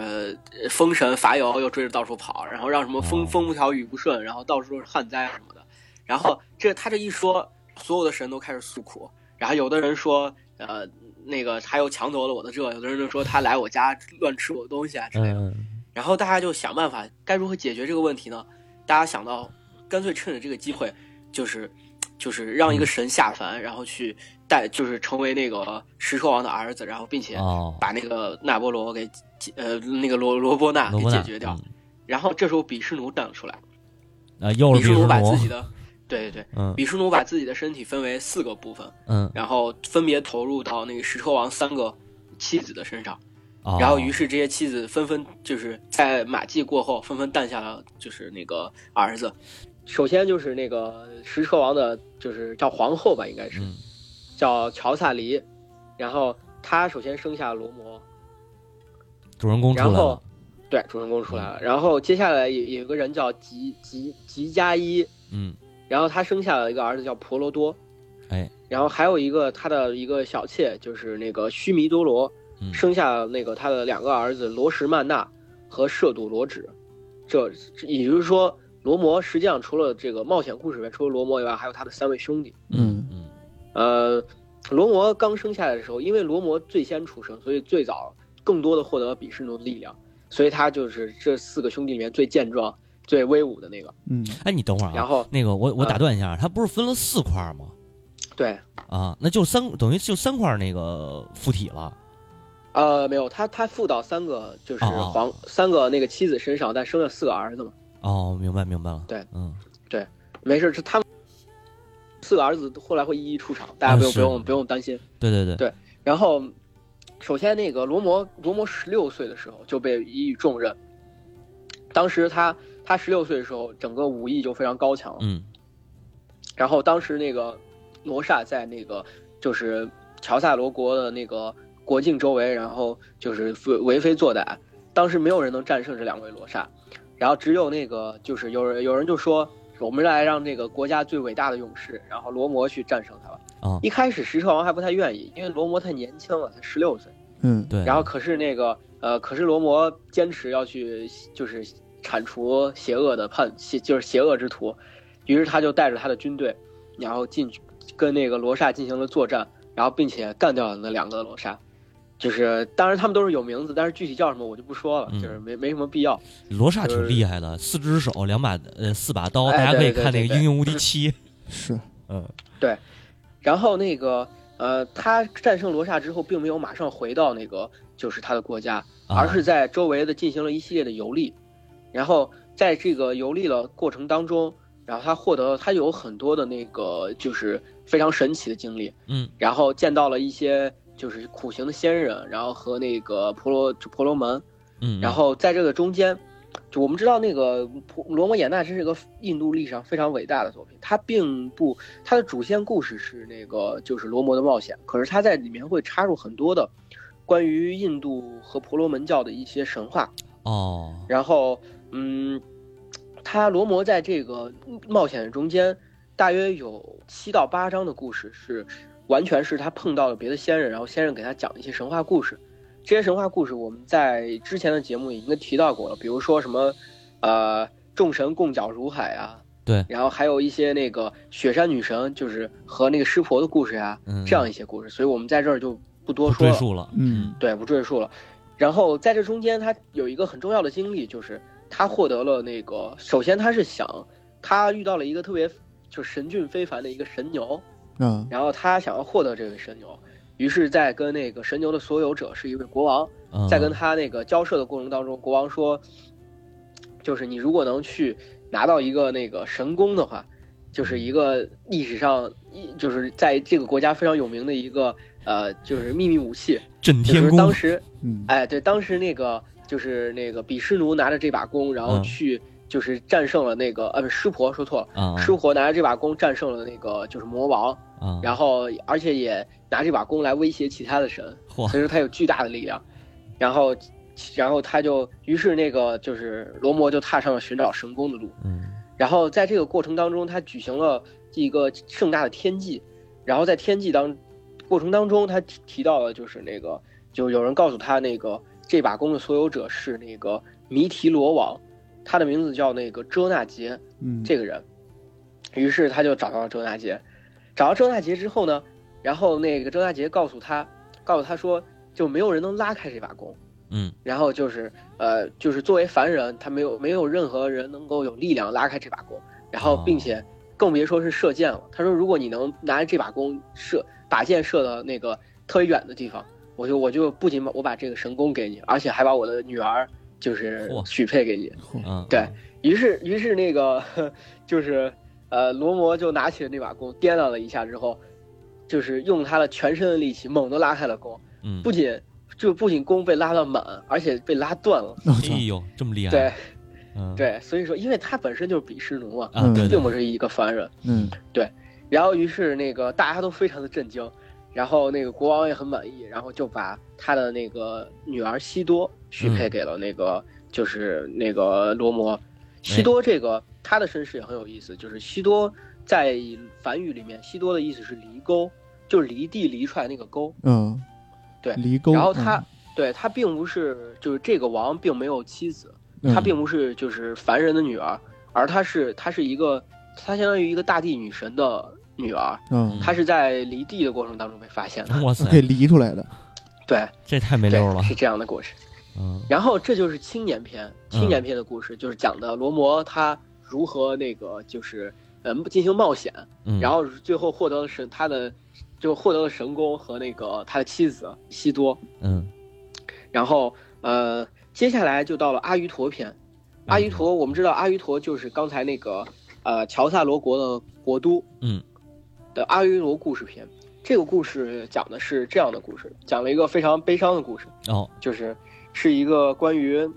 Speaker 3: 呃风神伐尤又追着到处跑，然后让什么
Speaker 2: 哦
Speaker 3: 风风不调雨不顺，然后到处都是旱灾什么的。然后这他这一说，所有的神都开始诉苦，然后有的人说呃那个他又抢走了我的这，有的人就说他来我家乱吃我的东西啊之类的。
Speaker 2: 嗯
Speaker 3: 然后大家就想办法该如何解决这个问题呢？大家想
Speaker 2: 嗯
Speaker 3: 到，干脆趁着这个机会，就是就是让一个神下凡，然后去带就是成为那个石车王的儿子，然后并且
Speaker 2: 哦，
Speaker 3: 把那个纳波罗给解呃那个罗罗波纳
Speaker 2: 罗
Speaker 3: 啊给
Speaker 2: 伯纳
Speaker 3: 解决掉
Speaker 2: 嗯。
Speaker 3: 然后这时候比湿奴站了出来，
Speaker 2: 啊，又
Speaker 3: 比
Speaker 2: 是比
Speaker 3: 湿奴
Speaker 2: 什
Speaker 3: 把自己
Speaker 2: 奴，
Speaker 3: 的对对对，
Speaker 2: 嗯
Speaker 3: 比湿奴把自己的身体分为四个部分，
Speaker 2: 嗯，
Speaker 3: 然后分别投入到那个石车王三个妻子的身上。
Speaker 2: 哦
Speaker 3: 然后于是这些妻子纷纷就是在马季过后纷纷诞下了就是那个儿子。首先就是那个石车王的，就是叫皇后吧，应该是、
Speaker 2: 嗯
Speaker 3: 叫乔萨黎，然后她首先生下罗摩，
Speaker 2: 主人公出来
Speaker 3: 然后
Speaker 2: 了，嗯
Speaker 3: 对主人公出来了，然后接下来有有一个人叫吉吉吉加伊，
Speaker 2: 嗯，
Speaker 3: 然后他生下了一个儿子叫婆罗多，
Speaker 2: 哎，
Speaker 3: 然后还有一个他的一个小妾就是那个须弥多罗，
Speaker 2: 嗯
Speaker 3: 生下那个他的两个儿子罗什曼纳和摄度罗止，这也就是说罗摩实际上除了这个冒险故事里面除了罗摩以外，还有他的三位兄弟。
Speaker 1: 嗯
Speaker 2: 嗯
Speaker 3: 呃，罗摩刚生下来的时候，因为罗摩最先出生，所以最早更多的获得比湿奴的力量，所以他就是这四个兄弟里面最健壮、最威武的那个。
Speaker 1: 嗯，
Speaker 2: 哎，你等会儿
Speaker 3: 然
Speaker 2: 啊，
Speaker 3: 后
Speaker 2: 那个我我
Speaker 3: 嗯
Speaker 2: 打断一下，它不是分了四块吗？
Speaker 3: 对，
Speaker 2: 啊，那就三等于就三块那个附体了，
Speaker 3: 呃，没有他，他附到三个就是
Speaker 2: 哦哦
Speaker 3: 皇、三个那个妻子身上，但生了四个儿子嘛。
Speaker 2: 哦，明白明白了，
Speaker 3: 对，
Speaker 2: 嗯，
Speaker 3: 没事，这他们四个儿子后来会一一出场，大家不用、
Speaker 2: 啊是
Speaker 3: 不用不用担心。
Speaker 2: 对对对，
Speaker 3: 对然后，首先那个罗摩，罗摩十六岁的时候就被一以重任。当时他他十六岁的时候，整个武艺就非常高强了。
Speaker 2: 嗯
Speaker 3: 然后当时那个罗刹在那个就是乔萨罗国的那个国境周围，然后就是为非作歹。当时没有人能战胜这两位罗刹，然后只有那个就是有人有人就说，我们来让这个国家最伟大的勇士，然后罗摩去战胜他吧。
Speaker 2: 啊
Speaker 3: 一开始石车王还不太愿意，因为罗摩太年轻了，才十六岁。
Speaker 1: 嗯，
Speaker 2: 对，
Speaker 3: 然后可是那个呃，可是罗摩坚持要去就是铲除邪恶的叛邪就是邪恶之徒，于是他就带着他的军队，然后进去跟那个罗刹进行了作战，然后并且干掉了那两个罗刹。就是当然他们都是有名字，但是具体叫什么我就不说了，
Speaker 2: 嗯
Speaker 3: 就是没没什么必要。
Speaker 2: 罗刹
Speaker 3: 就
Speaker 2: 挺
Speaker 3: 是
Speaker 2: 厉害的，四只手，两把呃四把刀，
Speaker 3: 哎
Speaker 2: 大家可以
Speaker 3: 对对
Speaker 2: 看
Speaker 3: 对
Speaker 2: 那个《
Speaker 3: 对
Speaker 2: 英雄无敌七》，
Speaker 1: 是，
Speaker 2: 嗯
Speaker 3: 然后那个呃，他战胜罗刹之后，并没有马上回到那个就是他的国家，
Speaker 2: 啊
Speaker 3: 而是在周围的进行了一系列的游历，然后在这个游历的过程当中，然后他获得他有很多的那个就是非常神奇的经历，
Speaker 2: 嗯，
Speaker 3: 然后见到了一些就是苦行的仙人，然后和那个婆罗婆罗门，
Speaker 2: 嗯，
Speaker 3: 然后在这个中间，就我们知道那个普罗摩衍那真是个印度历史上非常伟大的作品。它并不，它的主线故事是那个就是罗摩的冒险，可是它在里面会插入很多的关于印度和婆罗门教的一些神话。
Speaker 2: 哦，
Speaker 3: 然后，嗯，他罗摩在这个冒险中间，大约有七到八章的故事是完全是他碰到了别的仙人，然后仙人给他讲一些神话故事。这些神话故事我们在之前的节目已经提到过了，比如说什么，呃，众神共脚如海啊，
Speaker 2: 对
Speaker 3: 然后还有一些那个雪山女神，就是和那个湿婆的故事呀、
Speaker 2: 嗯
Speaker 3: 这样一些故事，所以我们在这儿就不多
Speaker 2: 不
Speaker 3: 说
Speaker 2: 赘
Speaker 3: 了。
Speaker 2: 述了，
Speaker 1: 嗯
Speaker 3: 对，不赘述了。然后在这中间，他有一个很重要的经历，就是他获得了那个，首先他是想，他遇到了一个特别就是神俊非凡的一个神牛，
Speaker 2: 嗯
Speaker 1: 啊，
Speaker 3: 然后他想要获得这个神牛，于是，在跟那个神牛的所有者是一位国王，
Speaker 2: 嗯
Speaker 3: 在跟他那个交涉的过程当中，国王说，就是你如果能去拿到一个那个神功的话，就是一个历史上一就是在这个国家非常有名的一个呃就是秘密武器，
Speaker 2: 震
Speaker 3: 就
Speaker 2: 天
Speaker 3: 是
Speaker 2: 宫
Speaker 3: 当时。
Speaker 1: 嗯，
Speaker 3: 哎，对，当时那个就是那个比湿奴拿着这把弓，然后
Speaker 2: 嗯
Speaker 3: 去就是战胜了那个呃，不是湿婆，说错了，
Speaker 2: 啊
Speaker 3: 湿婆拿着这把弓战胜了那个就是魔王，
Speaker 2: 啊，
Speaker 3: 然后而且也拿这把弓来威胁其他的神，
Speaker 2: 嚯
Speaker 3: 所以说他有巨大的力量，然后然后他就于是那个就是罗摩就踏上了寻找神功的路，
Speaker 2: 嗯
Speaker 3: 然后在这个过程当中，他举行了一个盛大的天祭，然后在天祭当过程当中，他提提到了就是那个，就有人告诉他那个这把弓的所有者是那个弥提罗王，他的名字叫那个遮那杰
Speaker 1: 嗯，
Speaker 3: 这个人，于是他就找到了遮那杰，找到遮那杰之后呢，然后那个遮那杰告诉他，告诉他说就没有人能拉开这把弓。
Speaker 2: 嗯
Speaker 3: 然后就是呃，就是作为凡人，他没有没有任何人能够有力量拉开这把弓，然后
Speaker 2: 哦
Speaker 3: 并且更别说是射箭了。他说，如果你能拿着这把弓射把箭射到那个特别远的地方，我就我就不仅把我把这个神功给你，而且还把我的女儿就是
Speaker 2: 嚯
Speaker 3: 许配给你。
Speaker 2: 嗯，
Speaker 3: 对于是于是那个 就是呃罗摩就拿起了那把弓，掂量了一下之后，就是用他的全身的力气猛地拉开了弓，
Speaker 2: 嗯，
Speaker 3: 不仅就不仅弓被拉到满，而且被拉断了。
Speaker 1: 我操
Speaker 2: 哎，呦，这么厉害，
Speaker 3: 对
Speaker 2: 嗯，
Speaker 3: 对，所以说因为他本身就是比湿奴嘛，
Speaker 2: 啊，对
Speaker 3: 并
Speaker 2: 对，
Speaker 3: 不是一个凡人。
Speaker 1: 嗯，
Speaker 3: 然后于是那个大家都非常的震惊，然后那个国王也很满意，然后就把他的那个女儿西多许
Speaker 2: 嗯
Speaker 3: 配给了那个、就是那个罗摩。西多这个他的身世也很有意思，就是西多在梵语里面，西多的意思是离沟，就是离地离出来那个沟。
Speaker 1: 嗯，
Speaker 3: 对
Speaker 1: 离沟，
Speaker 3: 然后他、对他并不是就是这个王并没有妻子，
Speaker 1: 嗯
Speaker 3: 她并不是就是凡人的女儿，而她是她是一个她相当于一个大地女神的女儿。
Speaker 1: 嗯，
Speaker 3: 他是在离地的过程当中被发现的。
Speaker 2: 哇塞，
Speaker 1: 给离出来的，
Speaker 3: 对，
Speaker 2: 这太没
Speaker 3: 对
Speaker 2: 溜了，
Speaker 3: 是这样的故事。
Speaker 2: 嗯
Speaker 3: 然后这就是青年篇，青年篇的故事就是讲的罗摩他如何那个就是呃进行冒险，
Speaker 2: 嗯，
Speaker 3: 然后最后获得了神他的就获得了神功和那个他的妻子西多。
Speaker 2: 嗯，
Speaker 3: 然后呃，接下来就到了阿瑜陀篇。阿
Speaker 2: 嗯
Speaker 3: 瑜陀，我们知道阿瑜陀就是刚才那个呃乔萨罗国的国都，
Speaker 2: 嗯，
Speaker 3: 的阿瑜陀故事篇。这个故事讲的是这样的故事，讲了一个非常悲伤的故事，
Speaker 2: 哦，
Speaker 3: 就是是一个关于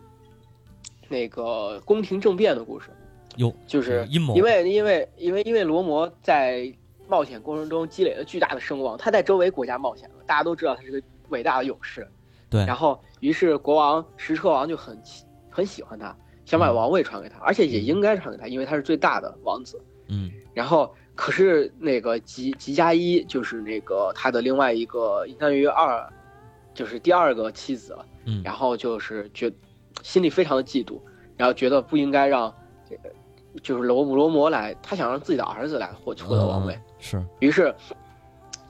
Speaker 3: 那个宫廷政变的故事。
Speaker 2: 哟，
Speaker 3: 就是
Speaker 2: 阴谋
Speaker 3: 因为因为因为因为罗摩在冒险过程中积累了巨大的声望，他在周围国家冒险了，大家都知道他是个伟大的勇士。
Speaker 2: 对
Speaker 3: 然后于是国王石车王就很喜很喜欢他，想把
Speaker 2: 嗯
Speaker 3: 王位传给他，而且也应该传给他，因为他是最大的王子。
Speaker 2: 嗯
Speaker 3: 然后可是那个吉吉加一就是那个他的另外一个相当于二，就是第二个妻子，
Speaker 2: 嗯，
Speaker 3: 然后就是觉心里非常的嫉妒，然后觉得不应该让这个就是罗罗摩来，他想让自己的儿子来获获得王位，
Speaker 2: 嗯是，
Speaker 3: 于是，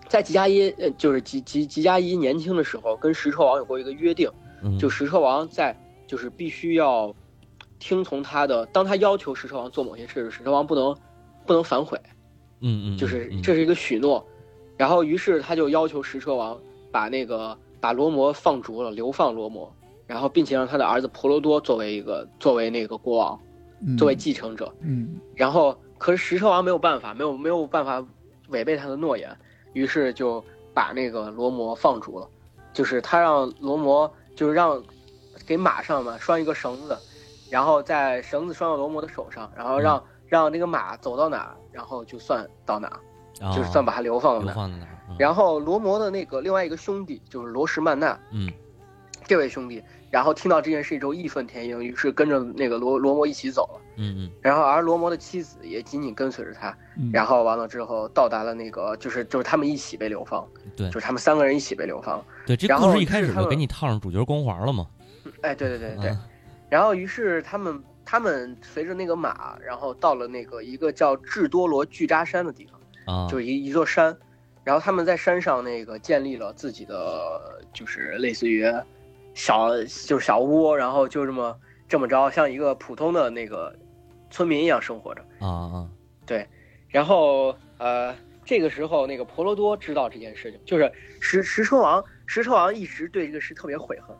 Speaker 3: 在吉加伊呃就是吉吉吉加伊年轻的时候，跟石车王有过一个约定，
Speaker 2: 嗯
Speaker 3: 就石车王在就是必须要听从他的，当他要求石车王做某些事，石车王不能不能反悔，
Speaker 2: 嗯嗯，
Speaker 3: 就是
Speaker 2: 嗯
Speaker 3: 这是一个许诺。然后于是他就要求石车王把那个把罗摩放逐了，流放罗摩，然后并且让他的儿子婆罗多作为一个作为那个国王，
Speaker 1: 嗯
Speaker 3: 作为继承者。
Speaker 1: 嗯
Speaker 3: 然后可是石车王没有办法，没有没有办法违背他的诺言，于是就把那个罗摩放逐了，就是他让罗摩就是让给马上嘛拴一个绳子，然后在绳子拴到罗摩的手上，然后
Speaker 2: 嗯
Speaker 3: 让、让那个马走到哪儿，然后就算到哪儿。就是算
Speaker 2: 把
Speaker 3: 把他流放到
Speaker 2: 哦流
Speaker 3: 那儿。
Speaker 2: 放在哪儿，嗯
Speaker 3: 然后罗摩的那个另外一个兄弟就是罗什曼纳
Speaker 2: 嗯
Speaker 3: 这位兄弟，然后听到这件事之后义愤填膺，于是跟着那个罗罗摩一起走了。
Speaker 2: 嗯
Speaker 3: 然后而罗摩的妻子也紧紧跟随着他，
Speaker 1: 嗯，
Speaker 3: 然后完了之后到达了那个就是就是他们一起被流放，
Speaker 2: 嗯，对
Speaker 3: 就是他们三个人一起被流放。
Speaker 2: 对，这
Speaker 3: 然
Speaker 2: 故
Speaker 3: 后
Speaker 2: 事一
Speaker 3: 就
Speaker 2: 开
Speaker 3: 是
Speaker 2: 始
Speaker 3: 他
Speaker 2: 就给
Speaker 3: 们
Speaker 2: 你套上主角光环了嘛，
Speaker 3: 哎，对对对对。
Speaker 2: 嗯
Speaker 3: 然后于是他们他们随着那个马，然后到了那个一个叫智多罗巨扎山的地方。
Speaker 2: 啊，
Speaker 3: 就是一一座山，然后他们在山上那个建立了自己的，就是类似于小就是小屋，然后就这么这么着，像一个普通的那个村民一样生活着。
Speaker 2: 啊啊，
Speaker 3: 然后呃，这个时候那个婆罗多知道这件事情，就是石石车王，石车王一直对这个事特别悔恨，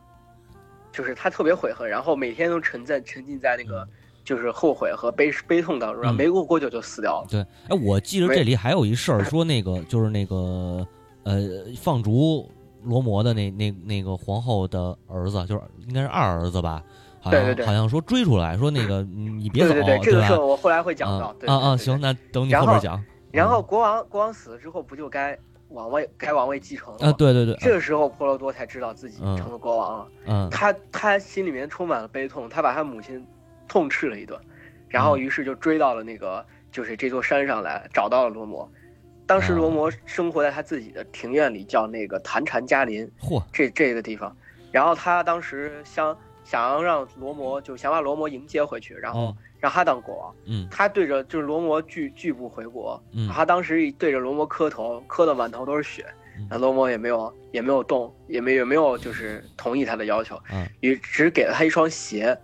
Speaker 3: 就是他特别悔恨，然后每天都沉在沉浸在那个就是后悔和悲悲痛当中，然
Speaker 2: 嗯
Speaker 3: 后没过多久就死掉了。
Speaker 2: 对，哎，我记得
Speaker 3: 没
Speaker 2: 这里还有一事
Speaker 3: 哎
Speaker 2: 儿，说那个就是那个呃放逐罗摩的那那那个皇后的儿子，就是应该是二儿子吧。好像
Speaker 3: 对对对
Speaker 2: 好像说追出来，说那个你别
Speaker 3: 对
Speaker 2: 走，
Speaker 3: 对对，这个事
Speaker 2: 吧
Speaker 3: 儿？我后来会讲到。
Speaker 2: 啊
Speaker 3: 对
Speaker 2: 啊啊，
Speaker 3: 对对
Speaker 2: 行，那等你
Speaker 3: 然
Speaker 2: 后边
Speaker 3: 后
Speaker 2: 讲。
Speaker 3: 然后国王国王死了之后，不就该王位该王位继承了
Speaker 2: 啊，
Speaker 3: 吗？
Speaker 2: 对对对，
Speaker 3: 这个时候婆罗多才知道自己
Speaker 2: 嗯
Speaker 3: 成了国王啊了，
Speaker 2: 嗯
Speaker 3: 他他心里面充满了悲痛，他把他母亲痛斥了一顿，然后
Speaker 2: 嗯
Speaker 3: 于是就追到了那个就是这座山上来，找到了罗摩。当时
Speaker 2: 啊
Speaker 3: 罗摩生活在他自己的庭院里，叫那个坛禅嘉林
Speaker 2: 嚯，
Speaker 3: 这这个地方，然后他当时想想要让罗摩就想把罗摩迎接回去，然后
Speaker 2: 哦
Speaker 3: 让他当国王。
Speaker 2: 嗯
Speaker 3: 他对着就是罗摩拒拒不回国，
Speaker 2: 嗯
Speaker 3: 他当时对着罗摩磕头，磕的满头都是血
Speaker 2: 嗯，
Speaker 3: 那罗摩也没有也没有动，也没也没有就是同意他的要求
Speaker 2: 嗯，
Speaker 3: 于只给了他一双鞋，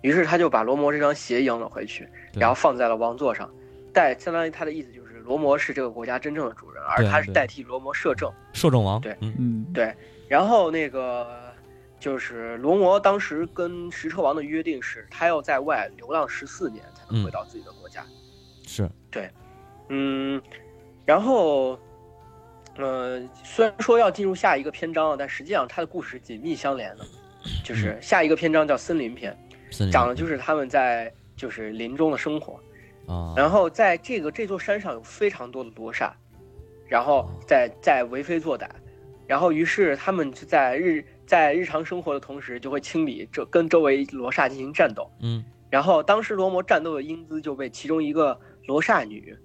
Speaker 3: 于是他就把罗摩这双鞋赢了回去，
Speaker 2: 对
Speaker 3: 然后放在了王座上，带相当于他的意思就是罗摩是这个国家真正的主人，而
Speaker 2: 对
Speaker 3: 他是
Speaker 2: 对
Speaker 3: 代替罗摩摄政。
Speaker 2: 摄政王，
Speaker 3: 对
Speaker 2: 嗯，
Speaker 1: 嗯，
Speaker 3: 然后那个就是罗摩当时跟石车王的约定是，他要在外流浪十四年才
Speaker 2: 嗯
Speaker 3: 能回到自己的国家。
Speaker 2: 是，
Speaker 3: 嗯，然后，呃，虽然说要进入下一个篇章了，但实际上它的故事紧密相连的，
Speaker 2: 嗯
Speaker 3: 就是下一个篇章叫森林篇，
Speaker 2: 森林
Speaker 3: 讲的就是他们在就是林中的生活。
Speaker 2: 啊，
Speaker 3: 然后在这个这座山上有非常多的罗刹，然后在在为非作歹，然后于是他们就在日在日常生活的同时，就会清理这跟周围罗刹进行战斗。
Speaker 2: 嗯
Speaker 3: 然后当时罗摩战斗的英姿就被其中一个罗刹女，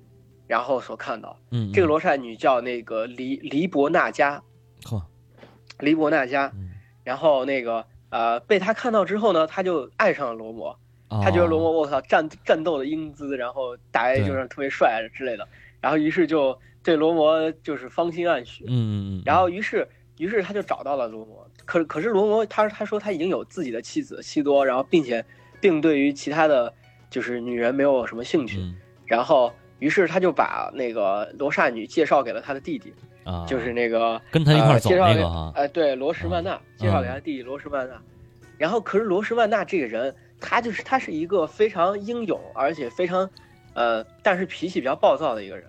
Speaker 3: 然后所看到。
Speaker 2: 嗯，
Speaker 3: 这个
Speaker 2: 嗯
Speaker 3: 罗刹女叫那个黎黎伯纳加，
Speaker 2: 呵，
Speaker 3: 黎伯纳加。
Speaker 2: 嗯
Speaker 3: 然后那个呃，被他看到之后呢，他就爱上了罗摩。
Speaker 2: 啊
Speaker 3: 他觉得罗摩，我靠，战战斗的英姿，然后打野就是特别帅之类的，然后于是就对罗摩就是芳心暗许，
Speaker 2: 嗯嗯嗯，
Speaker 3: 然后于是于是他就找到了罗摩，可可是罗摩他他说他已经有自己的妻子西多，然后并且并对于其他的就是女人没有什么兴趣，
Speaker 2: 嗯
Speaker 3: 然后于是他就把那个罗刹女介绍给了他的弟弟，
Speaker 2: 啊，
Speaker 3: 就是那个
Speaker 2: 跟他一块儿走
Speaker 3: 呃、介绍
Speaker 2: 那
Speaker 3: 给
Speaker 2: 个哈，
Speaker 3: 呃，对，罗什曼纳、
Speaker 2: 啊
Speaker 3: 介绍给他弟弟罗什曼纳。然后，可是罗什曼纳这个人，他就是他是一个非常英勇，而且非常，呃，但是脾气比较暴躁的一个人，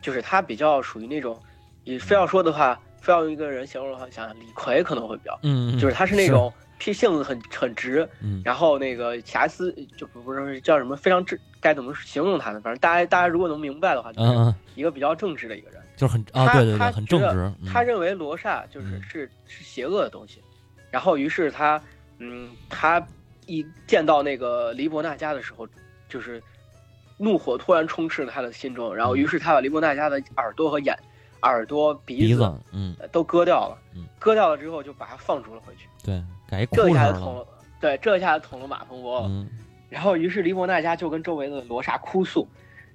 Speaker 3: 就是他比较属于那种，你非要说的话，非要用一个人形容的话，想想李逵可能会比较，
Speaker 2: 嗯，嗯
Speaker 3: 就是他是那，种脾性子很很直，
Speaker 2: 嗯
Speaker 3: 然后那个瑕疵就不不是叫什么非常正，该怎么形容他呢？反正大家大家如果能明白的话，就
Speaker 2: 嗯
Speaker 3: 是
Speaker 2: 嗯，
Speaker 3: 一个比较正直的一个人。
Speaker 2: 就是很啊，
Speaker 3: 他
Speaker 2: 对对
Speaker 3: 他
Speaker 2: 对，很正
Speaker 3: 觉得
Speaker 2: 直，嗯
Speaker 3: 他认为罗刹就是
Speaker 2: 嗯
Speaker 3: 是是邪恶的东西，然后于是他，嗯，他一见到那个黎伯纳加的时候，就是怒火突然充斥了他的心中，
Speaker 2: 嗯
Speaker 3: 然后于是他把黎伯纳加的耳朵和眼、耳朵、鼻
Speaker 2: 鼻
Speaker 3: 子
Speaker 2: 子，嗯，
Speaker 3: 呃都割掉了
Speaker 2: 嗯，
Speaker 3: 割掉了之后就把他放逐了回去，
Speaker 2: 对，改一
Speaker 3: 这
Speaker 2: 裤
Speaker 3: 一下
Speaker 2: 衩
Speaker 3: 子捅
Speaker 2: 了，
Speaker 3: 了，对，这一下子捅了马蜂窝了。
Speaker 2: 嗯
Speaker 3: 然后于是黎伯纳加就跟周围的罗刹哭诉，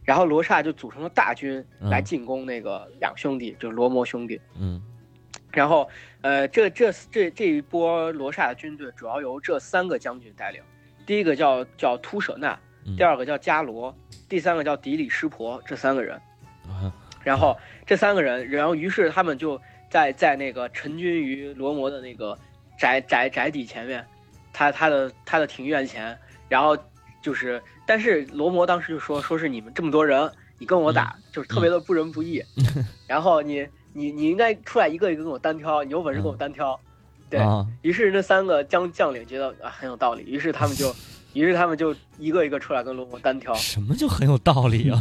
Speaker 3: 然后罗刹就组成了大军来
Speaker 2: 嗯
Speaker 3: 进攻那个两兄弟，就是罗摩兄弟。
Speaker 2: 嗯
Speaker 3: 然后，呃，这这这这一波罗刹的军队主要由这三个将军带领，第一个叫叫突舍那，
Speaker 2: 嗯
Speaker 3: 第二个叫伽罗，第三个叫迪里湿婆，这三个人。
Speaker 2: 啊
Speaker 3: 然后这三个人，然后于是他们就在在那个陈军于罗摩的那个宅宅宅邸前面，他他的他的庭院前，然后就是，但是罗摩当时就说，说是你们这么多人，你跟我打，就是特别的不仁不义，然后你你你应该出来一个一个跟我单挑，你有本事跟我单挑。对
Speaker 2: 啊，
Speaker 3: 于是那三个将将领觉得啊很有道理，于是他们就，于是他们就一个一个出来跟罗 摩单挑，
Speaker 2: 什么就很有道理 啊，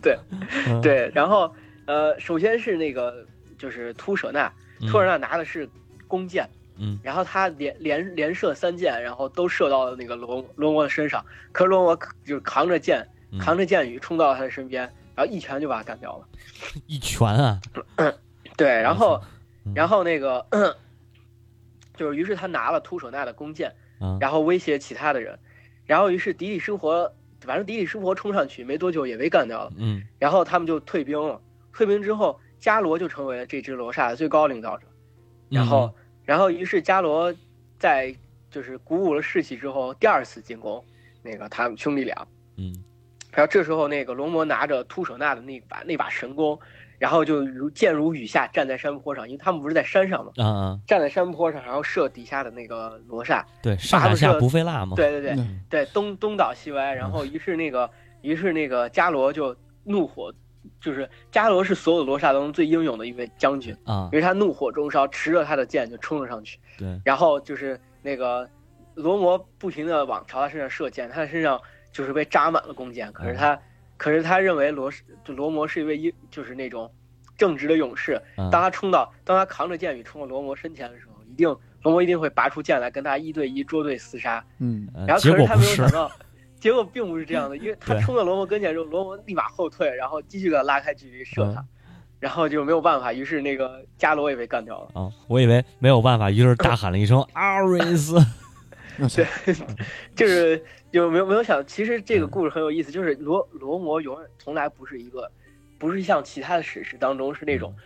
Speaker 3: 对。
Speaker 2: 嗯，
Speaker 3: 对，然后呃，首先是那个就是突舍那，
Speaker 2: 嗯
Speaker 3: 突舍那拿的是弓箭，
Speaker 2: 嗯
Speaker 3: 然后他连连连射三箭，然后都射到了那个罗罗摩的身上，可是罗摩就是扛着剑，
Speaker 2: 嗯
Speaker 3: 扛着剑雨冲到了他的身边，然后一拳就把他干掉了。
Speaker 2: 一拳啊，
Speaker 3: 对，然后
Speaker 2: 嗯
Speaker 3: 然后那个 就是于是他拿了突舍那的弓箭，
Speaker 2: 啊
Speaker 3: 然后威胁其他的人，然后于是迪里湿婆，反正迪里湿婆冲上去没多久也被干掉了。
Speaker 2: 嗯
Speaker 3: 然后他们就退兵了。退兵之后，伽罗就成为了这支罗刹的最高领导者。然
Speaker 2: 嗯
Speaker 3: 后，然后于是伽罗在就是鼓舞了士气之后，第二次进攻那个他们兄弟俩。
Speaker 2: 嗯
Speaker 3: 然后这时候，那个罗摩拿着突舍那的那把那把神弓，然后就如箭如雨下，站在山坡上，因为他们不是在山上嘛，
Speaker 2: 啊啊，
Speaker 3: 站在山坡上，然后射底下的那个罗刹。
Speaker 2: 对，上打下不费蜡嘛，
Speaker 3: 对对对，
Speaker 1: 嗯
Speaker 3: 对，东东倒西歪，然后于是那个，于是那个伽罗就怒火，就是伽罗是所有罗刹当中最英勇的一位将军，
Speaker 2: 啊
Speaker 3: 因，为他怒火中烧，持着他的剑就冲了上去，
Speaker 2: 对，
Speaker 3: 然后就是那个罗摩不停的往朝他身上射箭，他的身上就是被扎满了弓箭，可是他，可是他认为罗是就罗摩是一位英，就是那种正直的勇士，
Speaker 2: 啊
Speaker 3: 当他冲到，当他扛着剑雨冲到罗摩身前的时候，一定罗摩一定会拔出剑来跟他一对一捉对厮杀。
Speaker 1: 嗯，
Speaker 2: 呃
Speaker 3: 然后
Speaker 2: 结
Speaker 3: 可是
Speaker 2: 果
Speaker 3: 他
Speaker 2: 不
Speaker 3: 没有
Speaker 2: 是
Speaker 3: 想，到，结果并不是这样的，因为他
Speaker 2: 对
Speaker 3: 冲到罗摩跟前之后，罗摩立马后退，然后继续给他拉开距离射
Speaker 2: 嗯
Speaker 3: 他，然后就没有办法，于是那个伽罗也被干掉了。
Speaker 2: 啊，我以为没有办法，于是大喊了一声 阿瑞斯，
Speaker 1: 那是
Speaker 3: 就是有没有没有想，其实
Speaker 2: 嗯
Speaker 3: 这个故事很有意思，就是罗罗摩永远从来不是一个，不是像其他的史诗当中是那种
Speaker 2: 嗯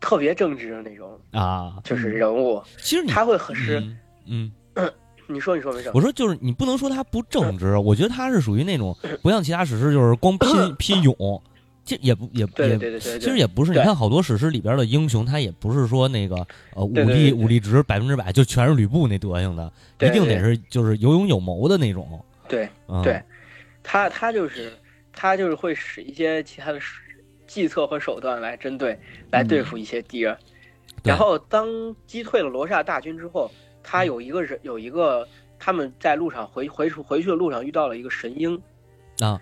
Speaker 3: 特别正直的那种，
Speaker 2: 啊，
Speaker 3: 就是人物，
Speaker 2: 其实你
Speaker 3: 他会很是，
Speaker 2: 嗯嗯，
Speaker 3: 你说你说没事，
Speaker 2: 我说就是你不 能说他不正直，我觉得他是属于那种不像其他史诗，就是光拼拼勇，其实也不也
Speaker 3: 对对
Speaker 2: 也。
Speaker 3: 对对对，
Speaker 2: 其实也不是，你
Speaker 3: 对
Speaker 2: 看好多史诗里边的英雄，他也不是说那个呃武
Speaker 3: 对对对
Speaker 2: 力
Speaker 3: 对
Speaker 2: 武力值百分之百就全是吕布那德行的，
Speaker 3: 对
Speaker 2: 一定
Speaker 3: 对
Speaker 2: 得是就是有勇有谋的那种。
Speaker 3: 对
Speaker 2: 嗯、
Speaker 3: 对他他就是他就是会使一些其他的手计策和手段来针对来对付一些敌人。
Speaker 2: 对
Speaker 3: 然后当击退了罗刹大军之后，他有一个人有一个他们在路上回回回去的路上遇到了一个神鹰
Speaker 2: 啊，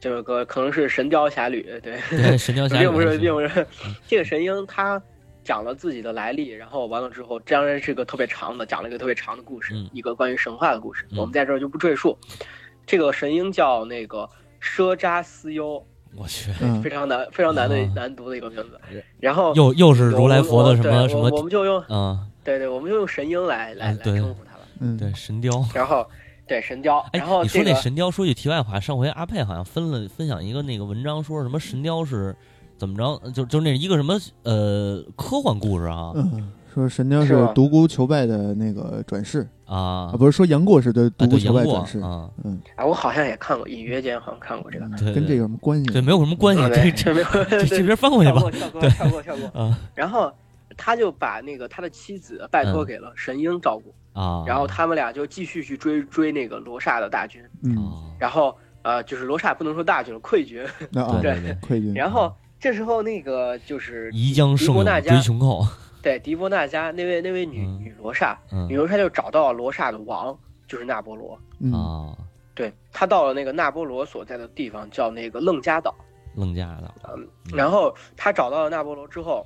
Speaker 3: 这个可能是《神雕侠侣》对，
Speaker 2: 对，神雕侠侣
Speaker 3: 并不
Speaker 2: 还
Speaker 3: 是并不是 这个神鹰他。讲了自己的来历，然后完了之后，当然是个特别长的，讲了一个特别长的故事，
Speaker 2: 嗯
Speaker 3: 一个关于神话的故事，
Speaker 2: 嗯
Speaker 3: 我们在这儿就不赘述。这个神鹰叫那个奢扎斯优，
Speaker 2: 我去，
Speaker 1: 嗯
Speaker 3: 非，常难非常难的、
Speaker 2: 啊
Speaker 3: 难读的一个名字。然后
Speaker 2: 又又是如来
Speaker 3: 我
Speaker 2: 佛的什
Speaker 3: 我
Speaker 2: 么
Speaker 3: 对
Speaker 2: 什
Speaker 3: 我我
Speaker 2: 么，
Speaker 3: 们就用
Speaker 2: 嗯，
Speaker 3: 对对，我们就用神鹰来来
Speaker 2: 嗯
Speaker 3: 来
Speaker 2: 对
Speaker 3: 称呼它 了。
Speaker 1: 嗯，
Speaker 2: 对，神雕。
Speaker 3: 然后对神雕，
Speaker 2: 哎
Speaker 3: 然，后
Speaker 2: 你说
Speaker 3: 这
Speaker 2: 那
Speaker 3: 个
Speaker 2: 神雕，说句题外话，上回阿佩好像分了分享一个那个文章，说什么神雕是怎么着，就就那一个什么呃科幻故事啊
Speaker 1: 嗯，说神雕
Speaker 3: 是
Speaker 1: 是
Speaker 3: 吧
Speaker 1: 独孤求败的那个转世
Speaker 2: 啊
Speaker 1: 啊，，不是说杨过是对
Speaker 2: 啊
Speaker 1: 独孤
Speaker 2: 对
Speaker 1: 求
Speaker 2: 杨
Speaker 1: 败
Speaker 2: 过
Speaker 1: 转世，
Speaker 2: 啊，
Speaker 1: 嗯，
Speaker 3: 啊，我好像也看过，隐约间好像看过这个。
Speaker 1: 嗯
Speaker 2: 对
Speaker 1: 跟这
Speaker 2: 对
Speaker 1: 有什么关系？
Speaker 2: 对，没有什么关系，这
Speaker 3: 对
Speaker 2: 这
Speaker 3: 没有
Speaker 2: 这
Speaker 3: 对
Speaker 2: 这边翻过去吧啊
Speaker 3: 跳过，跳过
Speaker 2: 对
Speaker 3: 跳 过跳过。
Speaker 2: 啊
Speaker 3: 然后他就把那个他的妻子拜
Speaker 2: 嗯
Speaker 3: 托给了神鹰照顾，
Speaker 2: 啊，
Speaker 3: 然后他们俩就继续去追追那个罗刹的大军。
Speaker 1: 嗯，
Speaker 2: 啊，
Speaker 3: 然后呃，就是罗刹不能说大军了，溃军。
Speaker 1: 那啊
Speaker 2: 对，对对，
Speaker 1: 愧疚。
Speaker 3: 然后这时候那个就是
Speaker 2: 嗯宜将
Speaker 3: 迪
Speaker 2: 剩勇
Speaker 3: 波纳
Speaker 2: 追
Speaker 3: 加，
Speaker 2: 穷寇，
Speaker 3: 对迪波纳加那位那位女、
Speaker 2: 嗯
Speaker 3: 女罗刹，
Speaker 2: 嗯
Speaker 3: 女罗刹就找到了罗刹的王，就是那波罗。
Speaker 1: 嗯，
Speaker 2: 啊，
Speaker 3: 对他到了那个那波罗所在的地方，叫那个楞伽岛。
Speaker 2: 楞家的，嗯
Speaker 3: 然后他找到了那波罗之后，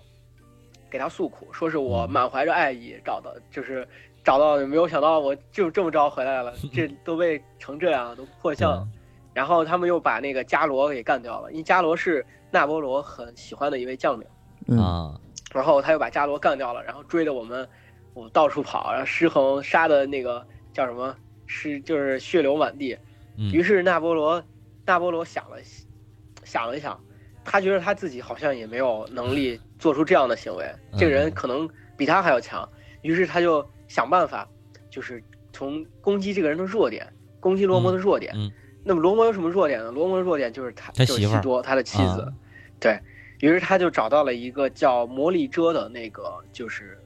Speaker 3: 给他诉苦，说是我
Speaker 2: 嗯
Speaker 3: 满怀着爱意找到，就是找到，没有想到我就这么着回来了，这都被成这样了，都破
Speaker 2: 嗯
Speaker 3: 相了。然后他们又把那个伽罗给干掉了，因为伽罗是那波罗很喜欢的一位将领。
Speaker 2: 对
Speaker 1: 嗯，
Speaker 2: 啊，
Speaker 3: 然后他又把伽罗干掉了，然后追着我们，我到处跑，然后尸横杀的那个叫什么，是就是血流满地。
Speaker 2: 嗯
Speaker 3: 于是那波罗，那波罗想了想了一想，他觉得他自己好像也没有能力做出这样的行为，
Speaker 2: 嗯
Speaker 3: 这个人可能比他还要强，于是他就想办法，就是从攻击这个人的弱点，攻击罗摩的弱点。
Speaker 2: 嗯嗯
Speaker 3: 那么罗摩有什么弱点呢？罗摩的弱点就是他，
Speaker 2: 他
Speaker 3: 就是
Speaker 2: 媳妇儿
Speaker 3: 西多，他的妻子。
Speaker 2: 啊
Speaker 3: 对于是他就找到了一个叫摩利遮的那个，就是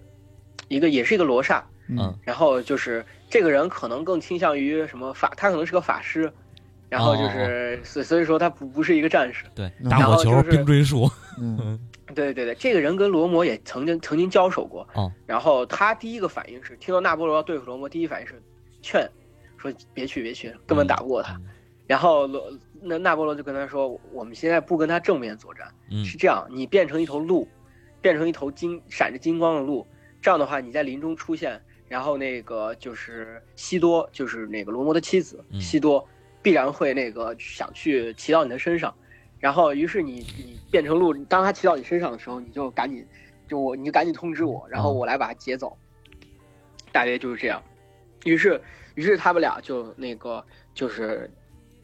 Speaker 3: 一个也是一个罗刹，
Speaker 2: 啊
Speaker 1: 嗯，
Speaker 3: 然后就是这个人可能更倾向于什么法，他可能是个法师，然后
Speaker 2: 哦
Speaker 3: 就是所、所以说他不不是一个战士。
Speaker 2: 对，
Speaker 1: 嗯
Speaker 2: 打
Speaker 1: 然
Speaker 2: 火
Speaker 3: 后
Speaker 2: 球
Speaker 3: 就、是
Speaker 2: 冰锥术，
Speaker 1: 嗯，
Speaker 3: 对对对，这个人跟罗摩也曾经曾经交手过。
Speaker 2: 哦
Speaker 3: 然后他第一个反应是听到那波罗要对付罗摩，第一反应是劝说别去别去，根本打不过他。
Speaker 2: 嗯
Speaker 3: 然后罗那那波罗就跟他说，我们现在不跟他正面作战，
Speaker 2: 嗯
Speaker 3: 是这样，你变成一头鹿，变成一头金闪着金光的鹿，这样的话你在林中出现，然后那个就是西多，就是那个罗摩的妻子
Speaker 2: 嗯
Speaker 3: 西多，必然会那个想去骑到你的身上，然后于是你你变成鹿，当他骑到你身上的时候，你就赶紧就我你就赶紧通知我，然后我来把它劫走，大约就是这样。于是于是他们俩就那个就是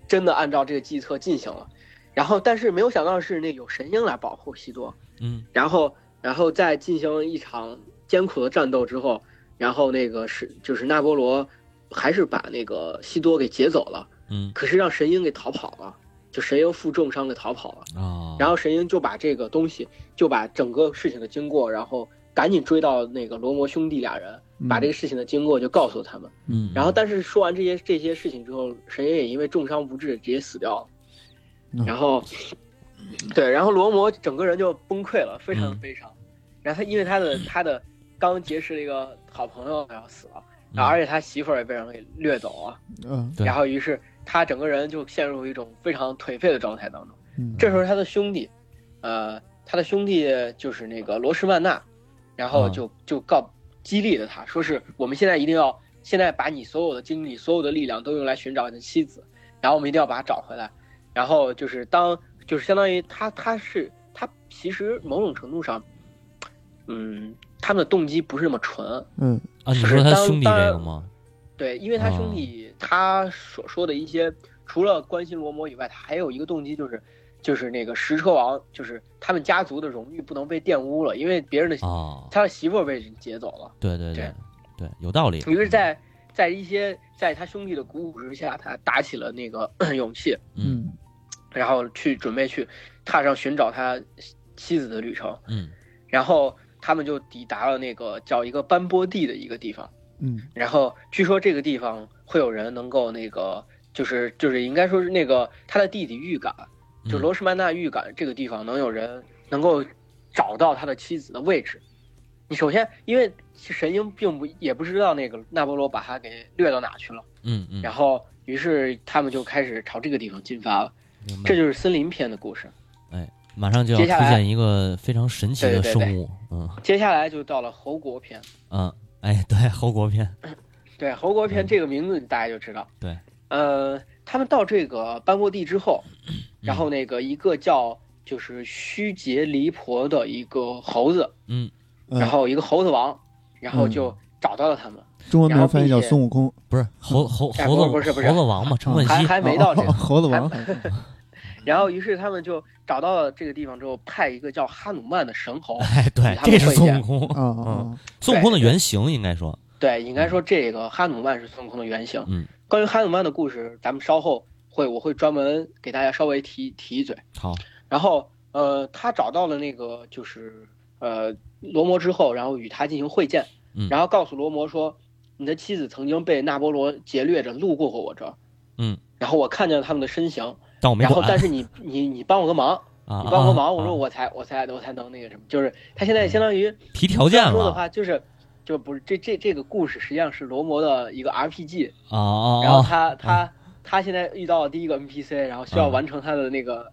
Speaker 3: 真的按照这个计策进行了。然后，但是没有想到是那有神鹰来保护西多，
Speaker 2: 嗯
Speaker 3: 然后然后在进行一场艰苦的战斗之后，然后那个是就是那波罗还是把那个西多给劫走了，
Speaker 2: 嗯
Speaker 3: 可是让神鹰给逃跑了，就神鹰负重伤给逃跑了。
Speaker 2: 啊，
Speaker 3: 然后神鹰就把这个东西，就把整个事情的经过，然后赶紧追到那个罗摩兄弟俩人，
Speaker 1: 嗯
Speaker 3: 把这个事情的经过就告诉他们。
Speaker 2: 嗯，
Speaker 3: 然后但是说完这些这些事情之后，神鹰也因为重伤不治直接死掉了
Speaker 1: 嗯。
Speaker 3: 然后，对，然后罗摩整个人就崩溃了，非常
Speaker 2: 嗯
Speaker 3: 悲伤。然后他因为他的他的刚结识了一个好朋友，然后死了，
Speaker 2: 嗯
Speaker 3: 然后而且他媳妇儿也被人给掠走了，
Speaker 1: 嗯
Speaker 2: 对
Speaker 3: 然后于是他整个人就陷入一种非常颓废的状态当中。
Speaker 1: 嗯，
Speaker 3: 这时候他的兄弟，呃，他的兄弟就是那个罗什曼纳，然后就就告激励了他，说是我们现在一定要现在把你所有的精力、所有的力量都用来寻找你的妻子，然后我们一定要把她找回来。然后就是当就是相当于他他是他其实某种程度上，嗯，他们的动机不是那么纯，
Speaker 1: 嗯
Speaker 2: 啊，你
Speaker 3: 就
Speaker 2: 说
Speaker 3: 是
Speaker 2: 他
Speaker 3: 当
Speaker 2: 兄弟
Speaker 3: 当
Speaker 2: 这
Speaker 3: 然
Speaker 2: 个吗？
Speaker 3: 对，因为他
Speaker 2: 哦
Speaker 3: 兄弟他所说的一些，除了关心罗摩以外，他还有一个动机就是，就是那个石车王，就是他们家族的荣誉不能被玷污了，因为别人的、
Speaker 2: 啊，
Speaker 3: 他的媳妇儿被人劫走了。
Speaker 2: 对对
Speaker 3: 对
Speaker 2: 对，有道理。
Speaker 3: 于是在，在一些在他兄弟的鼓舞之下，他打起了那个 勇气，
Speaker 2: 嗯
Speaker 1: 嗯
Speaker 3: 然后去准备去踏上寻找他妻子的旅程。
Speaker 2: 嗯
Speaker 3: 然后他们就抵达了那个叫一个斑波地的一个地方。
Speaker 1: 嗯
Speaker 3: 然后据说这个地方会有人能够那个，就是就是应该说是那个他的弟弟预感，就
Speaker 2: 嗯
Speaker 3: 罗什曼纳预感这个地方能有人能够找到他的妻子的位置。你首先，因为神鹰并不也不知道那个纳波罗把他给掠到哪去了，
Speaker 2: 嗯嗯，
Speaker 3: 然后于是他们就开始朝这个地方进发了。
Speaker 2: 明白
Speaker 3: 这就是森林篇的故事。
Speaker 2: 马上就要
Speaker 3: 接下
Speaker 2: 出
Speaker 3: 来
Speaker 2: 现一个非常神奇的
Speaker 3: 对对对
Speaker 2: 生物，嗯
Speaker 3: 接下来就到了侯国篇。
Speaker 2: 啊，哎，对，侯国篇，
Speaker 3: 对，侯国篇
Speaker 2: 嗯
Speaker 3: 这个名字大家就知道。
Speaker 2: 对，
Speaker 3: 呃，他们到这个斑驳地之后，
Speaker 2: 嗯
Speaker 3: 然后那个一个叫就是须杰离婆的一个猴子，
Speaker 2: 嗯，
Speaker 1: 嗯
Speaker 3: 然后一个猴子王，然后就找到了他们，
Speaker 1: 中文名翻译叫
Speaker 3: 然后并且
Speaker 1: 孙悟空，
Speaker 2: 不是猴猴
Speaker 3: 哎
Speaker 2: 猴子
Speaker 3: 不是不是不是嗯
Speaker 2: 猴子王嘛，陈冠
Speaker 3: 还
Speaker 2: 希，
Speaker 3: 还没到这
Speaker 1: 哦
Speaker 3: 个。
Speaker 1: 哦猴子王，
Speaker 3: 然后于是他们就找到了这个地方之后，派一个叫哈努曼的神猴，
Speaker 2: 哎，对
Speaker 3: 他，们
Speaker 2: 这是
Speaker 3: 会
Speaker 2: 孙
Speaker 3: 见
Speaker 2: 悟空，
Speaker 1: 啊啊啊
Speaker 2: 孙悟空的
Speaker 3: 对对
Speaker 2: 原型应该说，
Speaker 3: 对，应该说这个哈努曼是孙悟空的原型。
Speaker 2: 嗯，
Speaker 3: 关于哈努曼的故事，咱们稍后会我会专门给大家稍微提提一嘴。
Speaker 2: 好，
Speaker 3: 然后呃，他找到了那个就是呃罗摩之后，然后与他进行会见
Speaker 2: 嗯，
Speaker 3: 然后告诉罗摩说，你的妻子曾经被那波罗劫掠着路过过我这儿，
Speaker 2: 嗯，
Speaker 3: 然后我看见了他们的身形，
Speaker 2: 但我没
Speaker 3: 然后
Speaker 2: 管
Speaker 3: 但是你你你帮我个忙，
Speaker 2: 啊，
Speaker 3: 你帮我
Speaker 2: 啊
Speaker 3: 忙，我
Speaker 2: 啊
Speaker 3: 说我才我才我才能那个什么，就是他现在相当于
Speaker 2: 提条件
Speaker 3: 说的
Speaker 2: 了，
Speaker 3: 话就是。就不是这这这个故事实际上是罗摩的一个 RPG，
Speaker 2: 啊啊，
Speaker 3: 然后
Speaker 2: 啊
Speaker 3: 他他他现在遇到了第一个 NPC，然后需
Speaker 2: 嗯
Speaker 3: 要完成他的那个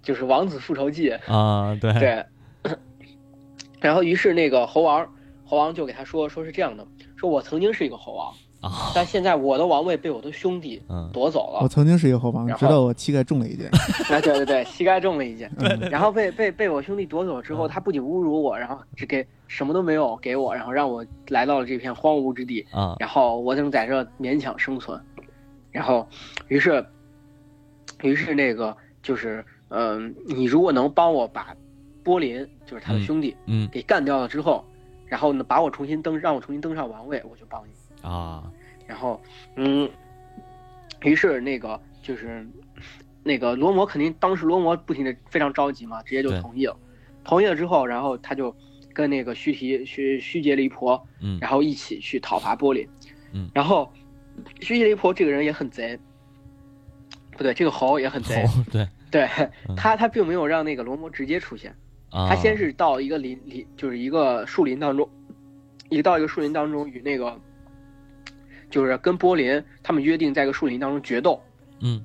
Speaker 3: 就是王子复仇记，
Speaker 2: 啊， 对，
Speaker 3: 对。 然后于是那个猴王，猴王就给他说，说是这样的，说我曾经是一个猴王，
Speaker 2: 啊，
Speaker 3: 但现在我的王位被我的兄弟
Speaker 2: 嗯
Speaker 3: 夺走
Speaker 1: 我
Speaker 3: 了。
Speaker 1: 哦曾经是一个猴王，
Speaker 3: 哦然后
Speaker 1: 直到我膝盖中了一 箭。
Speaker 3: 哎，对对对，膝盖中了一箭。
Speaker 1: 嗯
Speaker 3: 然后被被被我兄弟夺走之后，他不仅侮辱我，然后只给什么都没有给我，然后让我来到了这片荒芜之地，
Speaker 2: 啊，
Speaker 3: 然后我正在这勉强生存。然后，于是，于是那个就是，嗯、你如果能帮我把波林，就是他的
Speaker 2: 嗯
Speaker 3: 兄弟，
Speaker 2: 嗯
Speaker 3: 给干掉了之后，然后呢把我重新登，让我重新登上王位，我就帮你。
Speaker 2: 啊，
Speaker 3: 然后，嗯，于是那个就是那个罗摩肯定当时罗摩不停的非常着急嘛，直接就
Speaker 2: 对
Speaker 3: 同意了。同意了之后，然后他就跟那个须提须须杰离婆，
Speaker 2: 嗯
Speaker 3: 然后一起去讨伐波林。
Speaker 2: 嗯
Speaker 3: 然后须杰离婆这个人也很贼，不对，这个猴也很贼。
Speaker 2: 猴对
Speaker 3: 对
Speaker 2: 嗯
Speaker 3: 他，他并没有让那个罗摩直接出现。
Speaker 2: 啊，
Speaker 3: 他先是到一个林林，就是一个树林当中，一到一个树林当中与那个，就是跟波林他们约定在一个树林当中决斗，
Speaker 2: 嗯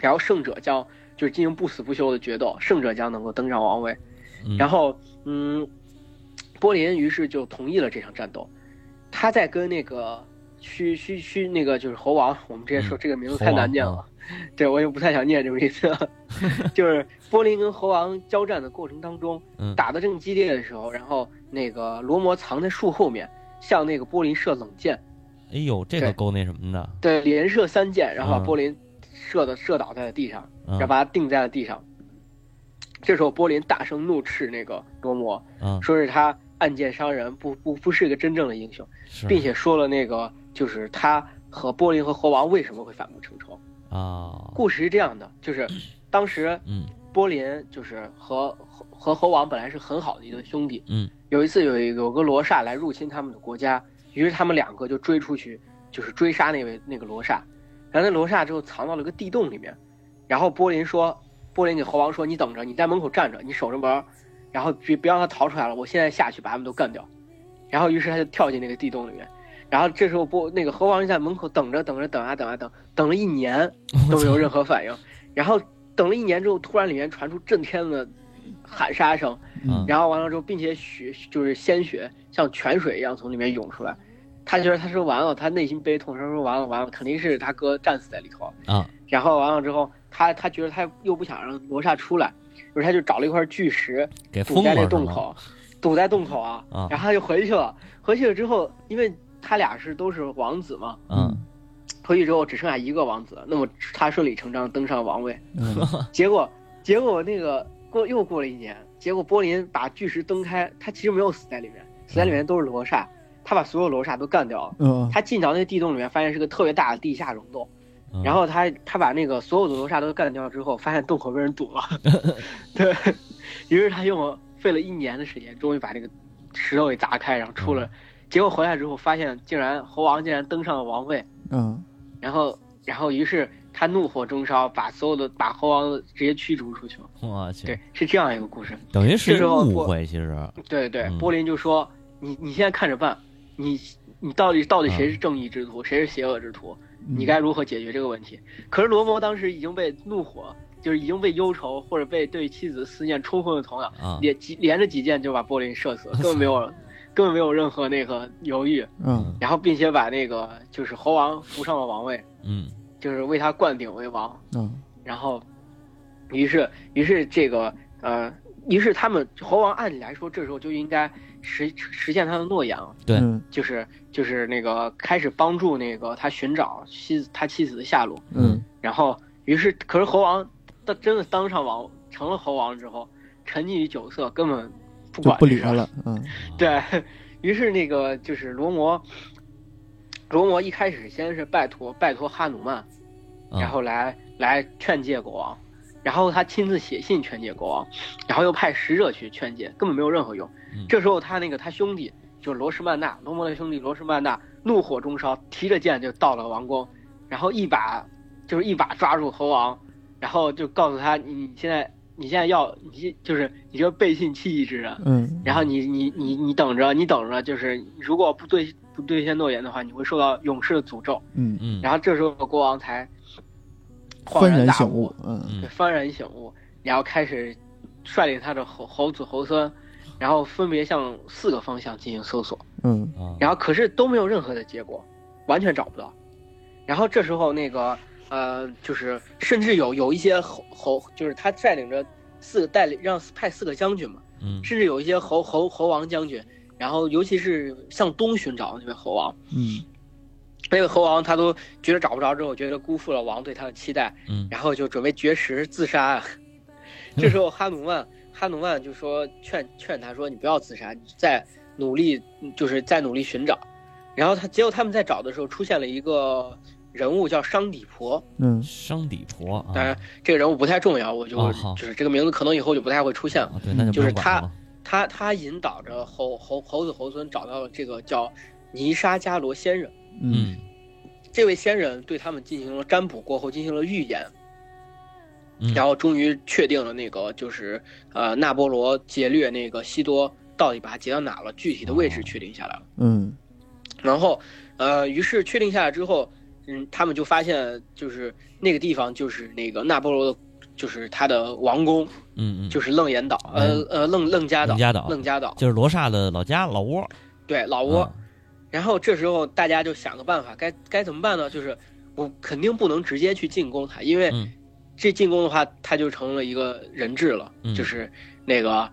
Speaker 3: 然后胜者将就是进行不死不休的决斗，胜者将能够登上王位。
Speaker 2: 嗯
Speaker 3: 然后，嗯，波林于是就同意了这场战斗。他在跟那个虚虚虚那个就是猴王，我们之前说
Speaker 2: 嗯
Speaker 3: 这个名字
Speaker 2: 猴
Speaker 3: 太难
Speaker 2: 王嗯
Speaker 3: 念了， 对我也不太想念这个名字。 就是波林跟猴王交战的过程当中，
Speaker 2: 嗯
Speaker 3: 打得正激烈的时候，然后那个罗摩藏在树后面，向那个波林射冷箭，
Speaker 2: 哎呦，这个
Speaker 3: 对
Speaker 2: 够那什么的，
Speaker 3: 对，连射三箭，然后把
Speaker 2: 嗯
Speaker 3: 波林射的射倒在了地上。
Speaker 2: 嗯
Speaker 3: 然后把他钉在了地上。这时候，波林大声怒斥那个罗摩，
Speaker 2: 嗯
Speaker 3: 说是他暗箭伤人，不不不是一个真正的英雄，
Speaker 2: 是
Speaker 3: 并且说了那个就是他和波林和猴王为什么会反目成仇。
Speaker 2: 啊，
Speaker 3: 故事是这样的，就是当时
Speaker 2: 嗯
Speaker 3: 波林就是和和和猴王本来是很好的一对兄弟，
Speaker 2: 嗯，
Speaker 3: 有一次有一个有个罗刹来入侵他们的国家，于是他们两个就追出去，就是追杀那位那个罗刹，然后那罗刹之后藏到了个地洞里面，然后波林说，波林给猴王说，你等着，你在门口站着，你守着门儿，然后别别让他逃出来了，我现在下去把他们都干掉，然后于是他就跳进那个地洞里面。然后这时候波那个猴王就在门口等着等着等啊等啊等，等了一年都没有任何反应。然后等了一年之后，突然里面传出震天的喊杀声，
Speaker 1: 嗯
Speaker 3: 然后完了之后，并且血就是鲜血像泉水一样从里面涌出来。他觉得他说完了，他内心悲痛，他说完了完了，肯定是他哥战死在里头。
Speaker 2: 啊，
Speaker 3: 然后完了之后，他他觉得他又不想让罗刹出来，于是他就找了一块巨石
Speaker 2: 给
Speaker 3: 堵
Speaker 2: 封
Speaker 3: 在
Speaker 2: 了
Speaker 3: 那
Speaker 2: 是
Speaker 3: 洞
Speaker 2: 吗
Speaker 3: 口，堵在洞口啊
Speaker 2: 啊，
Speaker 3: 然后他就回去了。回去了之后，因为他俩是都是王子嘛，
Speaker 2: 嗯
Speaker 3: 回去之后只剩下一个王子，那么他顺理成章登上王位。
Speaker 1: 嗯
Speaker 3: 结果结果那个过又过了一年，结果波林把巨石蹬开，他其实没有死在里面，死在里面都是罗刹，他把所有罗刹都干掉了。
Speaker 1: 嗯
Speaker 3: 他进到那个地洞里面，发现是个特别大的地下溶洞，
Speaker 2: 嗯
Speaker 3: 然后他他把那个所有的罗刹都干掉之后，发现洞口被人堵了，对，于是他用了费了一年的时间，终于把这个石头给砸开，然后出了，结果回来之后发现竟然猴王竟然登上了王位，
Speaker 1: 嗯
Speaker 3: 然后然后于是他怒火中烧，把所有的把猴王直接驱逐出去了，
Speaker 2: 我去，
Speaker 3: 对，是这样一个故事，
Speaker 2: 等于是一
Speaker 3: 这时
Speaker 2: 个
Speaker 3: 候
Speaker 2: 误
Speaker 3: 我
Speaker 2: 会，其实，
Speaker 3: 对对，
Speaker 2: 嗯
Speaker 3: 波林就说你你现在看着办，你你到底到底谁是正义之徒，谁是邪恶之徒？
Speaker 1: 嗯
Speaker 3: 你该如何解决这个问题？可是罗摩当时已经被怒火，就是已经被忧愁或者被对妻子的思念冲昏了头脑，
Speaker 2: 啊，
Speaker 3: 连几连着几箭就把波林射死了，根本没有，根本没有任何那个犹豫，
Speaker 1: 嗯
Speaker 3: 然后并且把那个就是猴王扶上了王位，
Speaker 2: 嗯
Speaker 3: 就是为他灌顶为王，
Speaker 1: 嗯
Speaker 3: 然后，于是于是这个呃，于是他们猴王按理来说这时候就应该实实现他的诺言了。
Speaker 2: 对
Speaker 1: 嗯
Speaker 3: 就是就是那个开始帮助那个他寻找妻子他妻子的下落，
Speaker 1: 嗯
Speaker 3: 然后，于是，可是猴王，他真的当上王，成了猴王之后，沉溺于酒色，根本不
Speaker 1: 就
Speaker 3: 管
Speaker 1: 不理
Speaker 3: 这
Speaker 1: 他
Speaker 3: 事儿。
Speaker 1: 了，嗯
Speaker 2: 啊
Speaker 3: 对，于是那个就是罗摩，罗摩一开始先是拜托拜托哈努曼，
Speaker 2: 嗯
Speaker 3: 然后来来劝诫国王，然后他亲自写信劝诫国王，然后又派使者去劝诫，根本没有任何用
Speaker 2: 嗯。
Speaker 3: 这时候他那个他兄弟就是罗什曼纳，罗摩的兄弟罗什曼纳怒火中烧，提着剑就到了王宫，然后一把就是一把抓住猴王，然后就告诉他你你现在你现在要你就是你这个背信弃义之人，
Speaker 1: 嗯
Speaker 3: 然后你你你你等着，你等着，就是如果不兑不兑现诺言的话，你会受到勇士的诅咒。
Speaker 1: 嗯，
Speaker 2: 嗯，
Speaker 3: 然后这时候国王才
Speaker 1: 幡
Speaker 3: 恍
Speaker 1: 然
Speaker 3: 大
Speaker 1: 醒
Speaker 3: 悟
Speaker 1: 悟，，嗯
Speaker 3: 对
Speaker 2: 嗯
Speaker 3: 幡然醒悟，然后开始率领他的猴猴子猴孙，然后分别向四个方向进行搜索，
Speaker 1: 嗯
Speaker 2: 啊
Speaker 3: 然后可是都没有任何的结果，完全找不到。然后这时候那个呃，就是甚至有有一些猴猴，就是他率领着四个带领让派四个将军嘛。
Speaker 2: 嗯
Speaker 3: 甚至有一些猴猴猴王将军，然后尤其是向东寻找那位猴王，
Speaker 1: 嗯
Speaker 3: 那位猴王他都觉得找不着之后，觉得辜负了王对他的期待，
Speaker 2: 嗯
Speaker 3: 然后就准备绝食自杀。啊 这时候哈努曼哈努曼就说劝劝他说：“你不要自杀，你再努力，就是再努力寻找。”然后他结果他们在找的时候，出现了一个人物叫商底婆，
Speaker 1: 嗯
Speaker 2: 商底婆啊，
Speaker 3: 当然这个人物不太重要，我就、
Speaker 2: 哦好
Speaker 3: 就是这个名字可能以后就不太会出现了。
Speaker 2: 啊对，那就不
Speaker 3: 就是
Speaker 2: 用管
Speaker 3: 他
Speaker 2: 了
Speaker 3: 他他引导着猴猴猴子猴孙找到了这个叫尼沙加罗仙人，
Speaker 1: 嗯
Speaker 2: 嗯
Speaker 3: 这位仙人对他们进行了占卜过后进行了预言，
Speaker 2: 嗯，
Speaker 3: 然后终于确定了那个就是呃那波罗劫掠那个西多到底把它劫到哪了，具体的位
Speaker 2: 哦
Speaker 3: 置确定下来了。
Speaker 1: 嗯
Speaker 3: 然后呃，于是确定下来之后，嗯，他们就发现就是那个地方就是那个那波罗的。就是他的王宫，
Speaker 2: 嗯嗯，嗯
Speaker 3: 就是是楞严岛，呃呃，楞楞家岛，
Speaker 2: 楞家岛嗯
Speaker 3: 楞家岛，
Speaker 2: 就是罗刹的老家老窝，啊
Speaker 3: 对，老
Speaker 2: 老
Speaker 3: 挝，然后这时候大家就想个办法，该该怎么办呢？就是我肯定不能直接去进攻他，因为
Speaker 2: 嗯
Speaker 3: 这进攻的话，他就成了一个人质了，
Speaker 2: 嗯
Speaker 3: 就是那个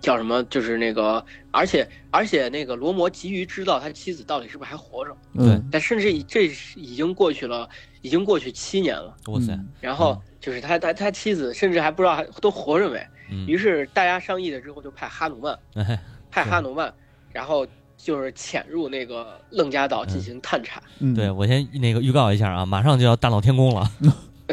Speaker 3: 叫什么，就是那个，而且而且那个罗摩急于知道他妻子到底是不是还活着，
Speaker 1: 嗯，
Speaker 3: 但甚至已这是已经过去了，已经过去七年了，
Speaker 2: 哇塞，
Speaker 3: 然后就是他他他妻子甚至还不知道还都活着没，
Speaker 2: 嗯，
Speaker 3: 于是大家商议了之后，就派哈努曼
Speaker 2: 哎
Speaker 3: 派
Speaker 2: 是
Speaker 3: 哈努曼，然后就是潜入那个楞家岛进行探查。
Speaker 1: 嗯
Speaker 2: 对我先那个预告一下啊，马上就要大闹天宫了，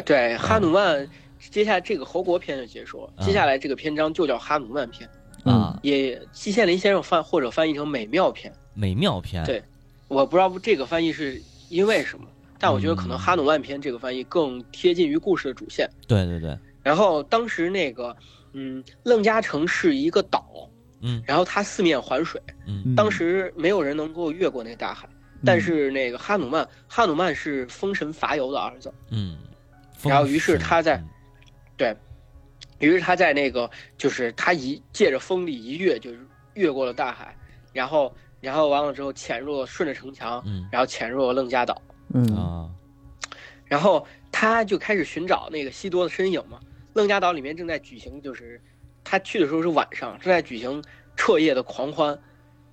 Speaker 3: 对，哈努曼，接下来这个侯国篇就结束了，
Speaker 2: 嗯
Speaker 3: 接下来这个篇章就叫哈努曼篇，
Speaker 2: 啊，
Speaker 3: 也季羡林先生翻或者翻译成美妙篇，
Speaker 2: 美妙篇，
Speaker 3: 对我不知道这个翻译是因为什么，但我觉得可能
Speaker 2: 嗯
Speaker 3: 哈努曼篇这个翻译更贴近于故事的主线。
Speaker 2: 对对对，
Speaker 3: 然后当时那个，嗯，楞家城是一个岛，
Speaker 2: 嗯
Speaker 3: 然后它四面环水，
Speaker 2: 嗯
Speaker 3: 当时没有人能够越过那个大海。但是那个哈努曼，哈努曼是封神伐尤的儿子，
Speaker 2: 嗯，
Speaker 3: 然后于是
Speaker 2: 风
Speaker 3: 他在
Speaker 2: 嗯
Speaker 3: 于是他在那个就是他一借着风力一跃，就是越过了大海，然后然后完了之后潜入了顺着城墙，
Speaker 2: 嗯
Speaker 3: 然后潜入了楞家岛，
Speaker 1: 嗯
Speaker 2: 啊
Speaker 3: 然后他就开始寻找那个西多的身影嘛。楞家岛里面正在举行，就是他去的时候是晚上，正在举行彻夜的狂欢。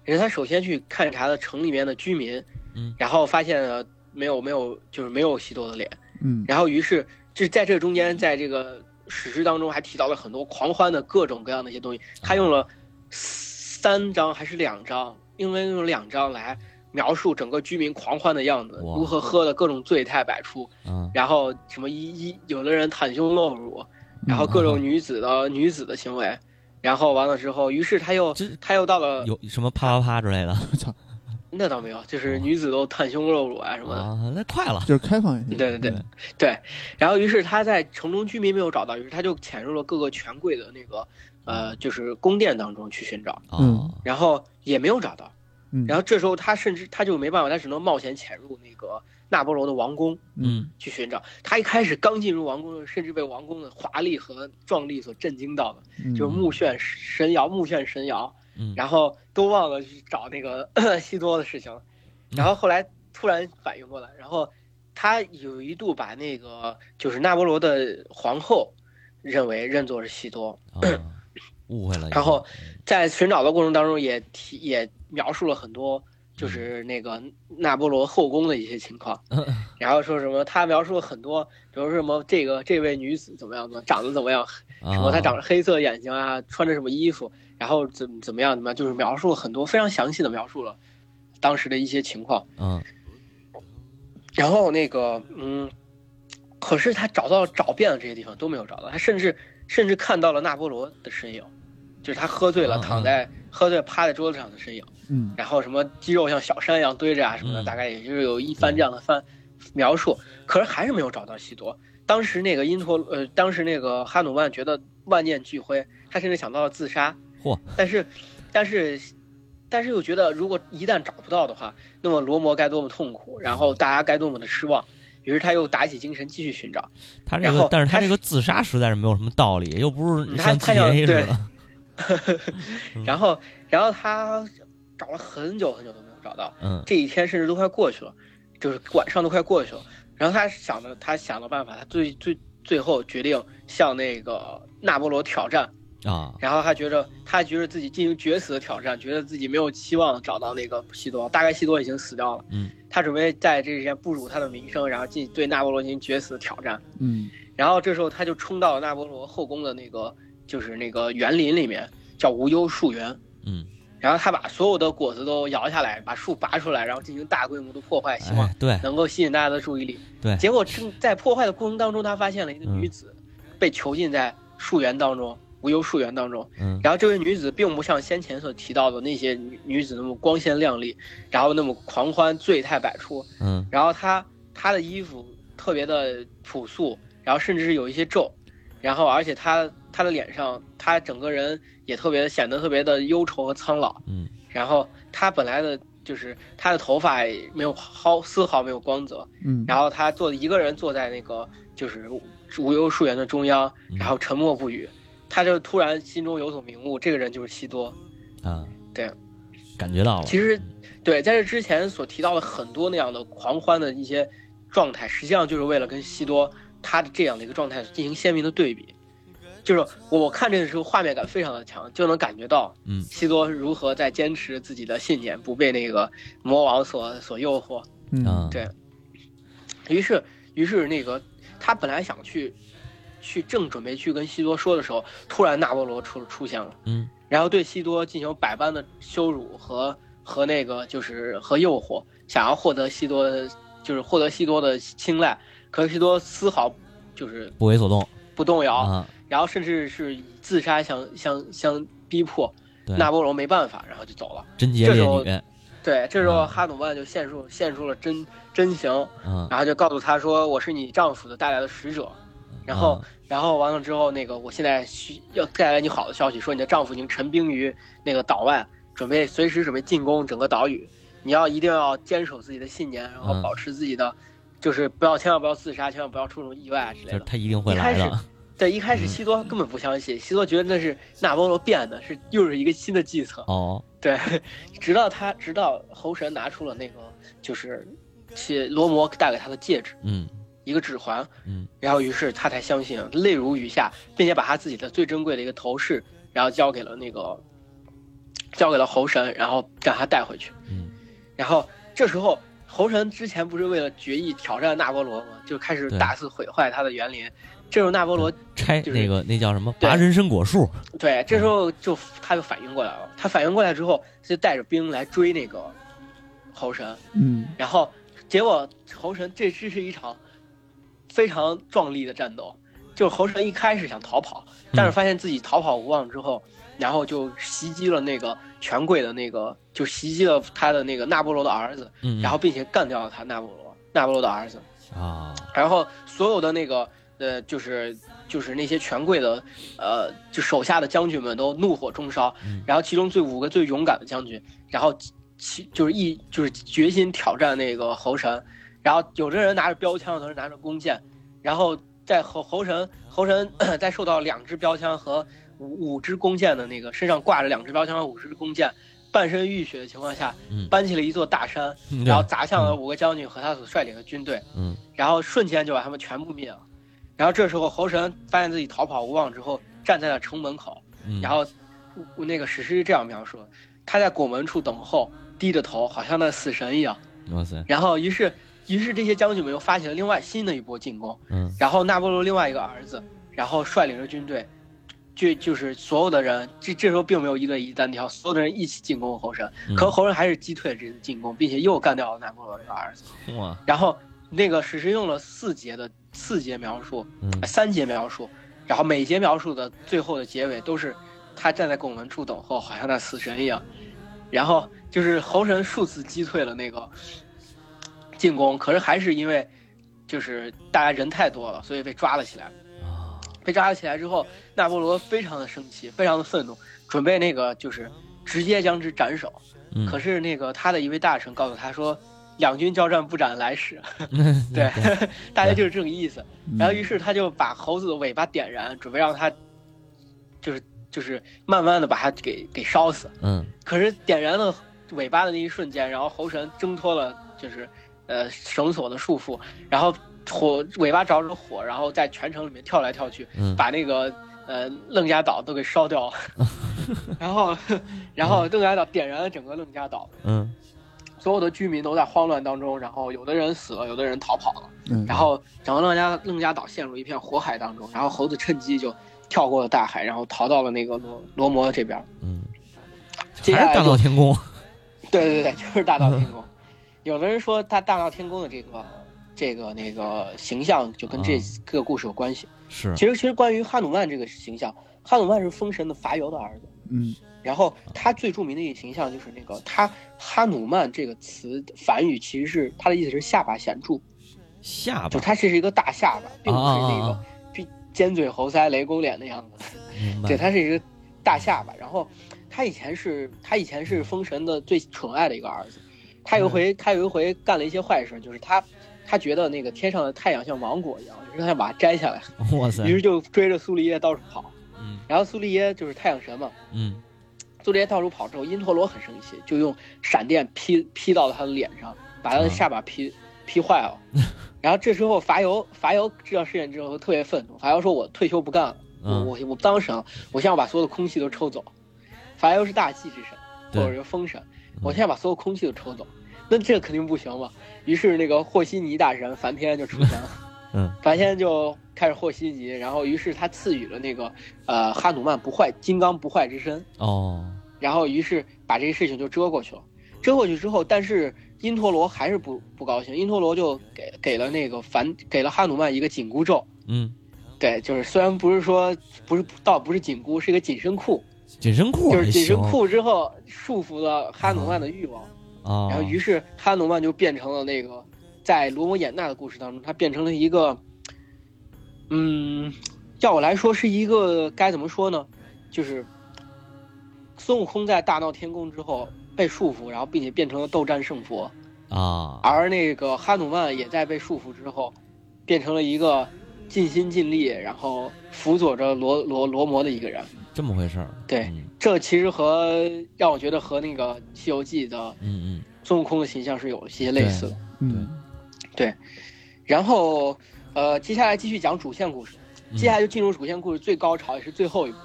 Speaker 3: 人他首先去勘察了城里面的居民，
Speaker 2: 嗯
Speaker 3: 然后发现了没有没有就是没有西多的脸。
Speaker 1: 嗯
Speaker 3: 然后于是就在这中间，在这个史诗当中还提到了很多狂欢的各种各样的一些东西，他用了三张还是两张，因为用了两张来描述整个居民狂欢的样子，
Speaker 2: 哇
Speaker 3: 如何喝的各种醉态百出，
Speaker 2: 嗯，
Speaker 3: 然后什么一一有的人袒胸露乳，
Speaker 2: 嗯
Speaker 3: 然后各种女子的女子的行为，然后完了之后，于是他又
Speaker 2: 这
Speaker 3: 他又到了
Speaker 2: 有什么啪啪啪之类的
Speaker 3: 那倒没有，就是
Speaker 2: 哦
Speaker 3: 女子都袒胸露乳啊什么的。
Speaker 2: 啊？那快了，
Speaker 1: 就是开放一些。
Speaker 3: 对对对
Speaker 2: 对
Speaker 3: 对，然后于是他在城中居民没有找到，于是他就潜入了各个权贵的那个呃就是宫殿当中去寻找，
Speaker 2: 啊
Speaker 1: 嗯，
Speaker 3: 然后也没有找到。
Speaker 1: 嗯，
Speaker 3: 然后这时候他甚至他就没办法，他只能冒险潜入那个纳波罗的王宫
Speaker 2: 嗯
Speaker 3: 去寻找。他一开始刚进入王宫的时候，甚至被王宫的华丽和壮丽所震惊到了，
Speaker 1: 嗯
Speaker 3: 就是目眩神摇，目眩神摇，
Speaker 2: 嗯，
Speaker 3: 然后都忘了去找那个 西多的事情了。然后后来突然反应过来，然后他有一度把那个就是纳波罗的皇后认为认作是西多，
Speaker 2: 啊误会了一下，
Speaker 3: 然后在寻找的过程当中也提也描述了很多，就是那个那波罗后宫的一些情况，
Speaker 2: 嗯
Speaker 3: 然后说什么他描述了很多，比如说什么这个这位女子怎么样怎么样长得怎么样，什
Speaker 2: 啊
Speaker 3: 么她长着黑色眼睛啊，穿着什么衣服，然后怎怎么样怎么样，就是描述了很多非常详细的描述了当时的一些情况。
Speaker 2: 嗯
Speaker 3: 然后那个嗯，可是他找到找遍了这些地方都没有找到，他甚至甚至看到了那波罗的身影，就是他喝醉了
Speaker 2: 嗯
Speaker 3: 躺在喝醉趴在桌子上的身影，
Speaker 1: 嗯
Speaker 3: 然后什么肌肉像小山一样堆着啊什么的，
Speaker 2: 嗯
Speaker 3: 大概也就是有一番这样的番描述，可是还是没有找到西多。当时那个因陀呃，当时那个哈努曼觉得万念俱灰，他甚至想到了自杀。
Speaker 2: 嚯！
Speaker 3: 但是，但是，但是又觉得如果一旦找不到的话，那么罗摩该多么痛苦，然后大家该多么的失望。于是他又打起精神继续寻找。
Speaker 2: 他这
Speaker 3: 然
Speaker 2: 个
Speaker 3: 后，
Speaker 2: 但是他
Speaker 3: 他
Speaker 2: 这
Speaker 3: 是
Speaker 2: 个自杀实在是没有什么道理，又不是
Speaker 3: 嗯他
Speaker 2: 像
Speaker 3: 他要
Speaker 2: GTA 似
Speaker 3: 对
Speaker 2: 的，嗯
Speaker 3: 然后，然后他找了很久很久都没有找到。
Speaker 2: 嗯
Speaker 3: 这一天甚至都快过去了，就是晚上都快过去了。然后他想着，他想了办法，他最最最后决定向那个纳波罗挑战。
Speaker 2: 啊
Speaker 3: 然后他觉着，他觉着自己进行决死的挑战，觉得自己没有期望找到那个西多，大概西多已经死掉了。
Speaker 2: 嗯，
Speaker 3: 他准备在这之前侮辱他的名声，然后进对纳波罗进行决死的挑战。
Speaker 1: 嗯
Speaker 3: 然后这时候他就冲到纳波罗后宫的那个就是那个园林里面，叫无忧树园。
Speaker 2: 嗯，
Speaker 3: 然后他把所有的果子都摇下来，把树拔出来，然后进行大规模的破坏，希望
Speaker 2: 哎对
Speaker 3: 能够吸引大家的注意力。
Speaker 2: 对
Speaker 3: 结果正在破坏的过程当中，他发现了一个
Speaker 2: 嗯
Speaker 3: 女子被囚禁在树园当中，无忧树园当中。
Speaker 2: 嗯
Speaker 3: 然后这位女子并不像先前所提到的那些女女子那么光鲜亮丽，然后那么狂欢醉态百出。
Speaker 2: 嗯
Speaker 3: 然后她她的衣服特别的朴素，然后甚至是有一些皱，然后而且她她的脸上，她整个人也特别显得特别的忧愁和苍老。
Speaker 2: 嗯
Speaker 3: 然后她本来的就是她的头发也没有毫丝毫没有光泽，
Speaker 1: 嗯，
Speaker 3: 然后她坐一个人坐在那个就是无忧树园的中央
Speaker 2: 嗯，
Speaker 3: 然后沉默不语。她就突然心中有所明悟，这个人就是西多。
Speaker 2: 啊，
Speaker 3: 对，
Speaker 2: 感觉到了，
Speaker 3: 其实，对，在这之前所提到的很多那样的狂欢的一些状态，实际上就是为了跟西多他的这样的一个状态进行鲜明的对比。就是我看这个时候画面感非常的强，就能感觉到
Speaker 2: 嗯
Speaker 3: 西多如何在坚持自己的信念，不被那个魔王所所诱惑。
Speaker 2: 啊
Speaker 1: 嗯
Speaker 3: 对于是，于是那个他本来想去，去正准备去跟西多说的时候，突然纳波罗出出现了，
Speaker 2: 嗯
Speaker 3: 然后对西多进行百般的羞辱和和那个就是和诱惑，想要获得西多的就是获得西多的青睐，可是西多丝毫就是
Speaker 2: 不为所动
Speaker 3: 不动摇，
Speaker 2: 啊，
Speaker 3: 然后甚至是以自杀相相相逼迫，
Speaker 2: 对，
Speaker 3: 纳波罗没办法，然后就走了。
Speaker 2: 贞洁
Speaker 3: 这
Speaker 2: 烈
Speaker 3: 时候
Speaker 2: 女，
Speaker 3: 对，这时候
Speaker 2: 嗯
Speaker 3: 哈努曼就现出现出了真真情，
Speaker 2: 嗯，
Speaker 3: 然后就告诉他说：“我是你丈夫的带来的使者。”然后
Speaker 2: 啊，
Speaker 3: 然后完了之后，那个我现在需要带来你好的消息，说你的丈夫已经陈兵于那个岛外，准备随时准备进攻整个岛屿。你要一定要坚守自己的信念，然后
Speaker 2: 嗯
Speaker 3: 保持自己的，就是不要千万不要自杀，千万不要出什么意外啊之
Speaker 2: 就
Speaker 3: 类
Speaker 2: 是嗯
Speaker 3: 的。
Speaker 2: 他一定会来
Speaker 3: 一开
Speaker 2: 的，
Speaker 3: 对，一开始西多根本不相信，西多觉得那是纳波罗变的，是又是一个新的计策。
Speaker 2: 哦，
Speaker 3: 对， 直到他直到猴神拿出了那个就是其罗摩带给他的戒指，
Speaker 2: 嗯
Speaker 3: 一个指环，
Speaker 2: 嗯，
Speaker 3: 然后于是他才相信，啊泪如雨下，并且把他自己的最珍贵的一个头饰，然后交给了那个，交给了猴神，然后让他带回去。
Speaker 2: 嗯，
Speaker 3: 然后这时候猴神之前不是为了决议挑战纳波罗吗？就开始
Speaker 2: 对
Speaker 3: 大肆毁坏他的园林。这时候纳波罗
Speaker 2: 拆
Speaker 3: 就是
Speaker 2: 那个那叫什么
Speaker 3: 对
Speaker 2: 拔人参果树，
Speaker 3: 对，这时候就他就反应过来了，他反应过来之后，他就带着兵来追那个猴神，
Speaker 1: 嗯
Speaker 3: 然后结果猴神这这是一场非常壮丽的战斗，就是猴神一开始想逃跑，但是发现自己逃跑无望之后，然后就袭击了那个权贵的那个，就袭击了他的那个纳波罗的儿子，
Speaker 2: 嗯，
Speaker 3: 然后并且干掉了他纳波罗纳波罗的儿子，
Speaker 2: 啊，
Speaker 3: 然后所有的那个呃，就是就是那些权贵的呃，就手下的将军们都怒火中烧
Speaker 2: 嗯，
Speaker 3: 然后其中最五个最勇敢的将军，然后其就是一就是决心挑战那个猴神，然后有的人拿着标枪，有的人拿着弓箭，然后在猴猴神猴神 在受到两支标枪和五五支弓箭的那个身上挂着两支标枪和五支弓箭，半身浴血的情况下
Speaker 2: 嗯，
Speaker 3: 搬起了一座大山，
Speaker 2: 嗯
Speaker 3: 然后砸向了五个将军和他所率领的军队。
Speaker 2: 嗯
Speaker 3: 然后瞬间就把他们全部灭了。然后这时候猴神发现自己逃跑无望之后，站在了城门口，
Speaker 2: 嗯，
Speaker 3: 然后那个史诗这样描述：他在拱门处等候，低着头，好像那死神一样。
Speaker 2: 哇塞，
Speaker 3: 然后于是，于是这些将军们又发起了另外新的一波进攻。
Speaker 2: 嗯
Speaker 3: 然后纳波罗另外一个儿子，然后率领着军队，就就是所有的人，这这时候并没有一对一单挑，所有的人一起进攻猴神，
Speaker 2: 嗯
Speaker 3: 可猴神还是击退了这次进攻，并且又干掉了纳波罗这个儿子。
Speaker 2: 哇，
Speaker 3: 然后那个史诗用了四节的四节描述，
Speaker 2: 嗯
Speaker 3: 呃三节描述，然后每节描述的最后的结尾都是他站在拱门处等候，好像那死神一样。然后就是猴神数次击退了那个进攻，可是还是因为就是大家人太多了，所以被抓了起来。
Speaker 2: 啊，
Speaker 3: 被抓了起来之后，纳波罗非常的生气，非常的愤怒，准备那个就是直接将之斩首。
Speaker 2: 嗯
Speaker 3: 可是那个他的一位大臣告诉他说，两军交战不斩来使。
Speaker 2: 嗯
Speaker 3: 对， 大概就是这个意思。
Speaker 1: 嗯
Speaker 3: 然后于是他就把猴子的尾巴点燃，准备让它，就是就是慢慢的把它给给烧死。
Speaker 2: 嗯
Speaker 3: 可是点燃了尾巴的那一瞬间，然后猴神挣脱了就是呃绳索的束缚，然后火尾巴着着火，然后在全城里面跳来跳去，
Speaker 2: 嗯，
Speaker 3: 把那个呃楞家岛都给烧掉了。然后 然后楞家岛点燃了整个楞家岛，
Speaker 2: 嗯
Speaker 3: 所有的居民都在慌乱当中，然后有的人死了，有的人逃跑了。
Speaker 1: 嗯
Speaker 3: 然后整个楞加楞加岛陷入一片火海当中，然后猴子趁机就跳过了大海，然后逃到了那个罗罗摩这边。
Speaker 2: 嗯，
Speaker 3: 接下
Speaker 2: 还
Speaker 3: 来
Speaker 2: 是大
Speaker 3: 就
Speaker 2: 闹天宫，
Speaker 3: 对对对，就是大闹天宫。有的人说他大闹天宫的这个这个那个形象就跟这
Speaker 2: 啊嗯
Speaker 3: 个故事有关系。
Speaker 2: 是
Speaker 3: 其实其实关于哈努曼这个形象，哈努曼是封神的伐尤的儿子。
Speaker 1: 嗯
Speaker 3: 然后他最著名的一个形象就是那个他哈努曼这个词梵语其实是它的意思是下巴显著，
Speaker 2: 下
Speaker 3: 就
Speaker 2: 巴，
Speaker 3: 它这是一个大下巴，并不是那
Speaker 2: 啊啊
Speaker 3: 个
Speaker 2: 啊
Speaker 3: 尖嘴猴腮雷公脸的样子。
Speaker 2: 明白
Speaker 3: 对，他是一个大下巴。然后他以前是他以前是封神的最宠爱的一个儿子。他
Speaker 2: 嗯
Speaker 3: 有一回他有一回干了一些坏事，就是他他觉得那个天上的太阳像芒果一样，于是他想把它摘下来，
Speaker 2: 哇塞
Speaker 3: 于，是就追着苏利耶到处跑。
Speaker 2: 嗯
Speaker 3: 然后苏利耶就是太阳神嘛，
Speaker 2: 嗯
Speaker 3: 苏利耶到处跑之后，因陀罗很生气，就用闪电劈劈到了他的脸上，
Speaker 2: 嗯
Speaker 3: 把他的下巴劈、劈坏 了。然后这时候伐尤伐尤知道事件之后特别愤怒，伐尤说：“我退休不干了。”我
Speaker 2: 嗯，
Speaker 3: 我我不当神，我现在要把所有的空气都抽走。法尤是大气之神，
Speaker 2: 对嗯
Speaker 3: 或者是风神，我现在把所有空气都抽走，那这肯定不行嘛。于是那个和稀泥大神梵天就出现了，
Speaker 2: 嗯，
Speaker 3: 梵天就开始和稀泥，然后于是他赐予了那个呃哈努曼不坏金刚不坏之身，
Speaker 2: 哦，
Speaker 3: 然后于是把这个事情就遮过去了。遮过去之后，但是因陀罗还是不不高兴，因陀罗就给给了那个梵给了哈努曼一个紧箍咒，
Speaker 2: 嗯，
Speaker 3: 对，就是虽然不是说不是倒不是紧箍，是一个紧身裤，
Speaker 2: 紧身裤
Speaker 3: 就
Speaker 2: 还
Speaker 3: 是紧身
Speaker 2: 行
Speaker 3: 裤之后束缚了哈努曼的欲望，
Speaker 2: 啊，
Speaker 3: 然后于是哈努曼就变成了那个在罗摩衍那的故事当中，他变成了一个，嗯，要我来说是一个该怎么说呢？就是孙悟空在大闹天宫之后被束缚，然后并且变成了斗战胜佛，
Speaker 2: 啊，
Speaker 3: 而那个哈努曼也在被束缚之后，变成了一个尽心尽力，然后辅佐着罗罗罗摩的一个人。
Speaker 2: 这么回事儿，
Speaker 3: 对
Speaker 2: 嗯
Speaker 3: 这其实和让我觉得和那个《西游记》的
Speaker 2: 嗯
Speaker 3: 孙悟空的形象是有一些类似的。
Speaker 1: 嗯
Speaker 3: 然后，呃，接下来继续讲主线故事，
Speaker 2: 嗯，
Speaker 3: 接下来就进入主线故事最高潮，也是最后一部，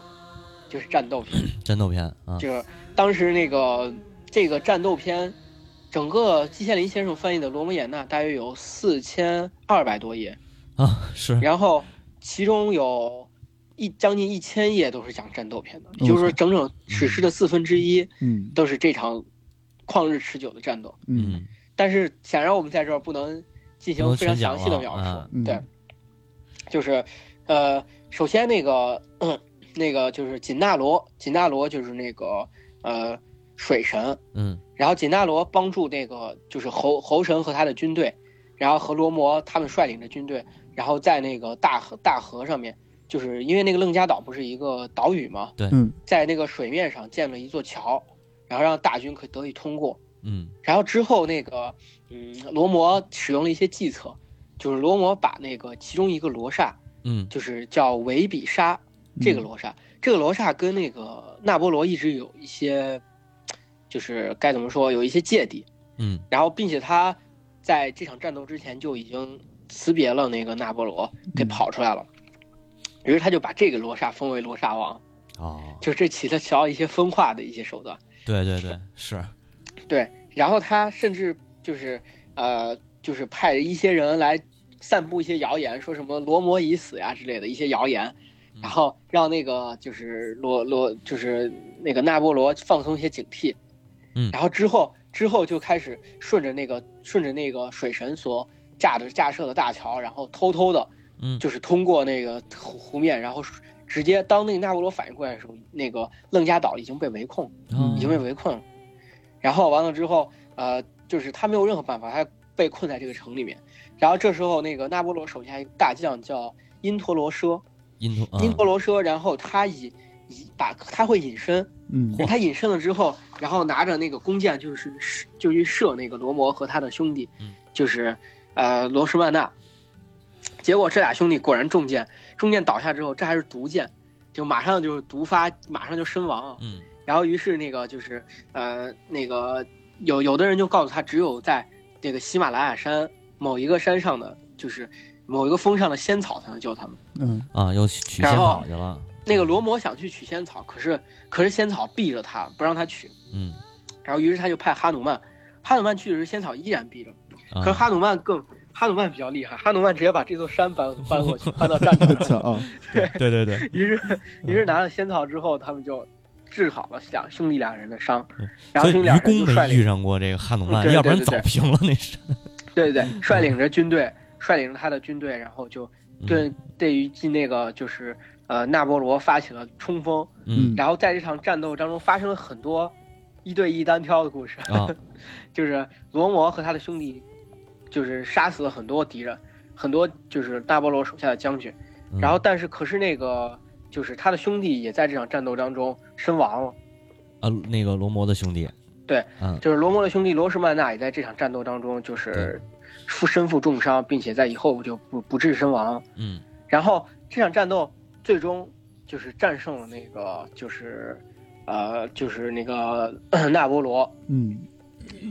Speaker 3: 就是战斗片。
Speaker 2: 战斗片啊，
Speaker 3: 就是当时那个这个战斗片，整个季羡林先生翻译的《罗摩衍那》大约有四千二百多页，
Speaker 2: 啊是，
Speaker 3: 然后其中有一将近一千页都是讲战斗片的，
Speaker 1: 嗯
Speaker 3: 就是整整史诗的四分之一
Speaker 1: 嗯
Speaker 3: 都是这场旷日持久的战斗。
Speaker 1: 嗯
Speaker 2: 嗯
Speaker 3: 但是显然我们在这儿不能进
Speaker 2: 不
Speaker 3: 行
Speaker 2: 能
Speaker 3: 非常
Speaker 2: 全讲
Speaker 3: 详细的
Speaker 2: 了
Speaker 3: 描
Speaker 2: 啊
Speaker 3: 述，
Speaker 1: 嗯
Speaker 3: 对，就是呃，首先那个、 那个就是紧纳罗，紧纳罗就是那个呃水神，
Speaker 2: 嗯
Speaker 3: 然后紧纳罗帮助那个就是猴猴神和他的军队，然后和罗摩他们率领的军队，然后在那个大河大河上面，就是因为那个楞加岛不是一个岛屿嘛，
Speaker 1: 嗯
Speaker 3: 在那个水面上建了一座桥，然后让大军可以得以通过。
Speaker 2: 嗯
Speaker 3: 然后之后那个，嗯，罗摩使用了一些计策，就是罗摩把那个其中一个罗刹，
Speaker 2: 嗯
Speaker 3: 就是叫维比沙这个罗刹，这个罗刹跟那个纳波罗一直有一些，就是该怎么说，有一些芥蒂。
Speaker 2: 嗯
Speaker 3: 然后，并且他在这场战斗之前就已经辞别了那个纳波罗，给
Speaker 1: 嗯
Speaker 3: 跑出来了。于是他就把这个罗刹封为罗刹王，
Speaker 2: 哦，
Speaker 3: 就是这起了乔一些分化的一些手段。
Speaker 2: 对对对，是，
Speaker 3: 对，然后他甚至就是呃，就是派一些人来散布一些谣言，说什么罗摩已死呀之类的一些谣言，
Speaker 2: 嗯
Speaker 3: 然后让那个就是罗罗就是那个那波罗放松一些警惕，
Speaker 2: 嗯
Speaker 3: 然后之后之后就开始顺着那个顺着那个水神所架的架设的大桥，然后偷偷的
Speaker 2: 嗯
Speaker 3: 就是通过那个湖湖面，然后直接当那个那波罗反应过来的时候，那个楞加岛已经被围控。
Speaker 2: 哦
Speaker 3: 已经被围困了。然后完了之后，呃，就是他没有任何办法，他被困在这个城里面。然后这时候，那个那波罗手下一个大将叫因陀罗奢，
Speaker 2: 因陀
Speaker 3: 因陀
Speaker 2: 罗
Speaker 3: 罗奢，然后他以以把他会隐身，
Speaker 1: 嗯
Speaker 3: 他隐身了之后，然后拿着那个弓箭就是射就去射那个罗摩和他的兄弟
Speaker 2: 嗯，
Speaker 3: 就是呃罗什曼纳。结果这俩兄弟果然中箭，中箭倒下之后，这还是毒箭，就马上就是毒发，马上就身亡啊。
Speaker 2: 嗯
Speaker 3: 然后于是那个就是呃那个有有的人就告诉他，只有在那个喜马拉雅山某一个山上的，就是某一个峰上的仙草才能救他们。
Speaker 1: 嗯
Speaker 2: 啊，又取取
Speaker 3: 然
Speaker 2: 仙
Speaker 3: 后
Speaker 2: 草去了，
Speaker 3: 那个罗摩想去取仙草，可是可是仙草避着他，不让他取。
Speaker 2: 嗯，
Speaker 3: 然后于是他就派哈努曼，哈努曼去的时候仙草依然避着，
Speaker 2: 可
Speaker 3: 可是哈努曼更哈努曼比较厉害，哈努曼直接把这座山搬搬 过去，搬到战场
Speaker 1: 我
Speaker 3: 上。
Speaker 1: 操啊，
Speaker 2: 对对对，
Speaker 3: 于是于是拿了仙草之后，他们就治好了两兄弟两人的伤
Speaker 2: 嗯，
Speaker 3: 然后
Speaker 2: 所以愚
Speaker 3: 兄弟两人
Speaker 2: 公
Speaker 3: 就率
Speaker 2: 没
Speaker 3: 领
Speaker 2: 遇上过这个哈努
Speaker 3: 嗯
Speaker 2: 曼，
Speaker 3: 对
Speaker 2: 要不然
Speaker 3: 对
Speaker 2: 早
Speaker 3: 对
Speaker 2: 平了那是。
Speaker 3: 对对对，率领着军队，率领着他的军队，然后就
Speaker 2: 嗯
Speaker 3: 对对于进那个就是呃那波罗发起了冲锋，
Speaker 2: 嗯
Speaker 1: 嗯
Speaker 3: 然后在这场战斗当中发生了很多一对一单挑的故事，
Speaker 2: 啊
Speaker 3: 就是罗摩和他的兄弟就是杀死了很多敌人，很多就是那波罗手下的将军，
Speaker 2: 嗯
Speaker 3: 然后但是可是那个就是他的兄弟也在这场战斗当中身亡了。
Speaker 2: 啊，那个罗摩的兄弟，
Speaker 3: 对，
Speaker 2: 嗯
Speaker 3: 就是罗摩的兄弟罗什曼纳也在这场战斗当中就是负身负重伤，并且在以后就不不治身亡。
Speaker 2: 嗯
Speaker 3: 然后这场战斗最终就是战胜了那个就是呃就是那个 纳波罗，
Speaker 1: 嗯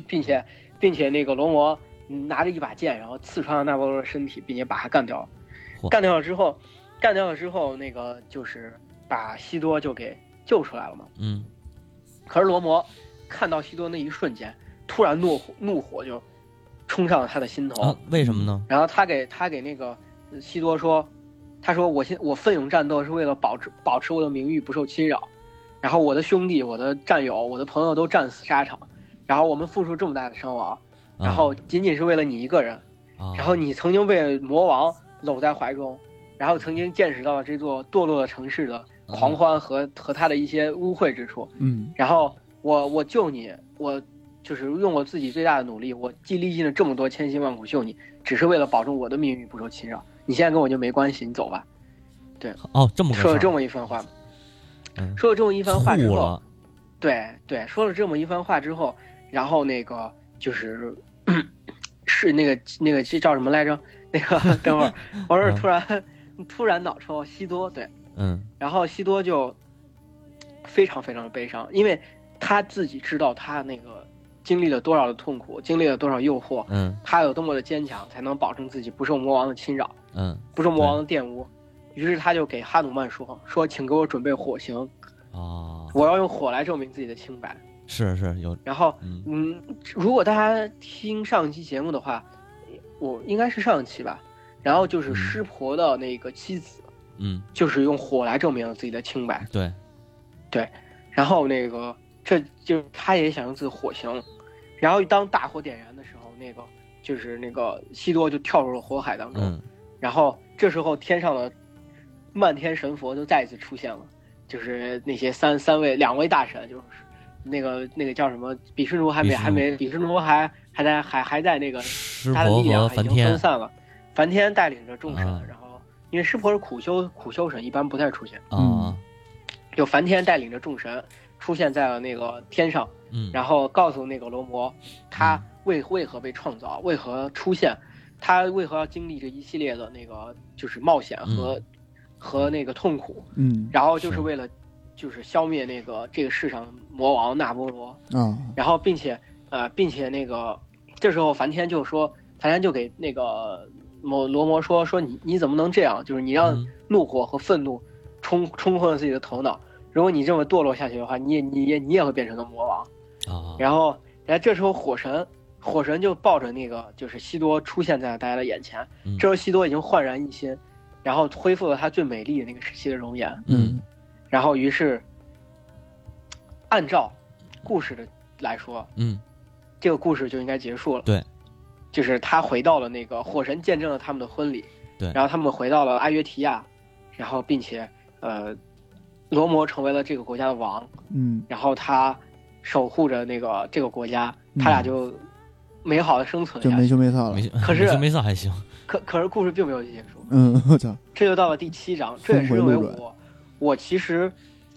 Speaker 3: 并且并且那个罗摩拿着一把剑，然后刺穿了纳波罗的身体，并且把他干掉了
Speaker 2: 嚯。
Speaker 3: 干掉了之后，干掉了之后，那个就是把西多就给救出来了嘛。
Speaker 2: 嗯
Speaker 3: 可是罗摩看到西多那一瞬间，突然怒火怒火就冲上了他的心头，
Speaker 2: 啊，为什么呢？
Speaker 3: 然后他给他给那个呃西多说，他说我现我奋勇战斗是为了保持保持我的名誉不受侵扰，然后我的兄弟、我的战友、我的朋友都战死沙场，然后我们付出这么大的伤亡，
Speaker 2: 啊
Speaker 3: 嗯然后仅仅是为了你一个人，
Speaker 2: 啊
Speaker 3: 然后你曾经被魔王搂在怀中，然后曾经见识到了这座堕落的城市的
Speaker 2: 嗯
Speaker 3: 狂欢和、和它的一些污秽之处，
Speaker 1: 嗯
Speaker 3: 然后我我救你，我就是用我自己最大的努力，我既历尽了这么多千辛万苦救你，只是为了保证我的命运不受侵扰。你现在跟我就没关系，你走吧。
Speaker 2: 哦这么个
Speaker 3: 说了
Speaker 2: 事
Speaker 3: 这
Speaker 2: 儿
Speaker 3: 么一番话，
Speaker 2: 嗯
Speaker 3: 说了这么一番话之
Speaker 2: 吐
Speaker 3: 后，
Speaker 2: 了，
Speaker 3: 对对，说了这么一番话之后，然后那个就是。 是那个那个这叫什么来着？那个等会儿，我是突然突然脑抽西多对，
Speaker 2: 嗯
Speaker 3: 然后西多就非常非常的悲伤，因为他自己知道他那个经历了多少的痛苦，经历了多少诱惑，
Speaker 2: 嗯
Speaker 3: 他有多么的坚强，才能保证自己不受魔王的侵扰，
Speaker 2: 嗯
Speaker 3: 不受魔王的玷污。于是他就给哈努曼说：“说请给我准备火刑，
Speaker 2: 哦
Speaker 3: 我要用火来证明自己的清白。
Speaker 2: 是是有”
Speaker 3: 然后，
Speaker 2: 嗯
Speaker 3: 嗯，如果大家听上期节目的话，我应该是上期吧。然后就是
Speaker 2: 嗯
Speaker 3: 湿婆的那个妻子，
Speaker 2: 嗯
Speaker 3: 就是用火来证明了自己的清白。
Speaker 2: 对
Speaker 3: 然后那个这就是他也想用自己火刑，然后当大火点燃的时候，那个就是那个西多就跳入了火海当中，
Speaker 2: 嗯
Speaker 3: 然后这时候天上的漫天神佛就再一次出现了，就是那些三三位两位大神，就是那个那个叫什么比湿奴还没
Speaker 2: 比湿奴
Speaker 3: 还没比湿奴还还在还还在那个
Speaker 2: 湿
Speaker 3: 他的
Speaker 2: 婆
Speaker 3: 力量
Speaker 2: 和
Speaker 3: 已经
Speaker 2: 梵
Speaker 3: 分
Speaker 2: 天
Speaker 3: 散了，梵天带领着众神，
Speaker 2: 啊
Speaker 3: 然后因为湿婆是苦修苦修神，一般不太出现，
Speaker 2: 啊，
Speaker 3: 就梵天带领着众神出现在了那个天上。
Speaker 2: 嗯，
Speaker 3: 然后告诉那个罗摩，他为为何被创造，为何出现，他为何要经历这一系列的那个就是冒险和、和那个痛苦，
Speaker 1: 嗯
Speaker 3: 然后就是
Speaker 2: 是
Speaker 3: 为了就是消灭那个这个世上魔王纳波罗，
Speaker 1: 啊，
Speaker 3: 然后并且呃，并且那个这时候梵天就说，梵天就给那个摩罗摩说说你你怎么能这样？就是你让
Speaker 2: 嗯
Speaker 3: 怒火和愤怒冲冲昏了自己的头脑，如果你这么堕落下去的话，你也你也你也会变成个魔王。
Speaker 2: 啊，
Speaker 3: 然后，然后这时候火神，火神就抱着那个就是西多出现在了大家的眼前。
Speaker 2: 嗯
Speaker 3: 这时候西多已经焕然一新，然后恢复了他最美丽的那个时期的容颜。
Speaker 1: 嗯
Speaker 3: 然后，于是按照故事的来说，
Speaker 2: 嗯
Speaker 3: 这个故事就应该结束了。
Speaker 2: 对，
Speaker 3: 就是他回到了那个火神见证了他们的婚礼。
Speaker 2: 对
Speaker 3: 然后他们回到了阿约提亚，然后并且呃，罗摩成为了这个国家的王。
Speaker 1: 嗯
Speaker 3: 然后他守护着那个这个国家，
Speaker 1: 嗯
Speaker 3: 他俩就美好的生存
Speaker 1: 就
Speaker 3: 下
Speaker 1: 没
Speaker 3: 去。
Speaker 1: 羞没臊了
Speaker 2: 嗯没，事
Speaker 3: 可是
Speaker 2: 没事没事还行，
Speaker 3: 可可是故事并没有结束，
Speaker 1: 嗯，我操，
Speaker 3: 这就到了第七章，这也是
Speaker 1: 峰
Speaker 3: 认
Speaker 1: 回
Speaker 3: 为
Speaker 1: 路转
Speaker 3: 我我其实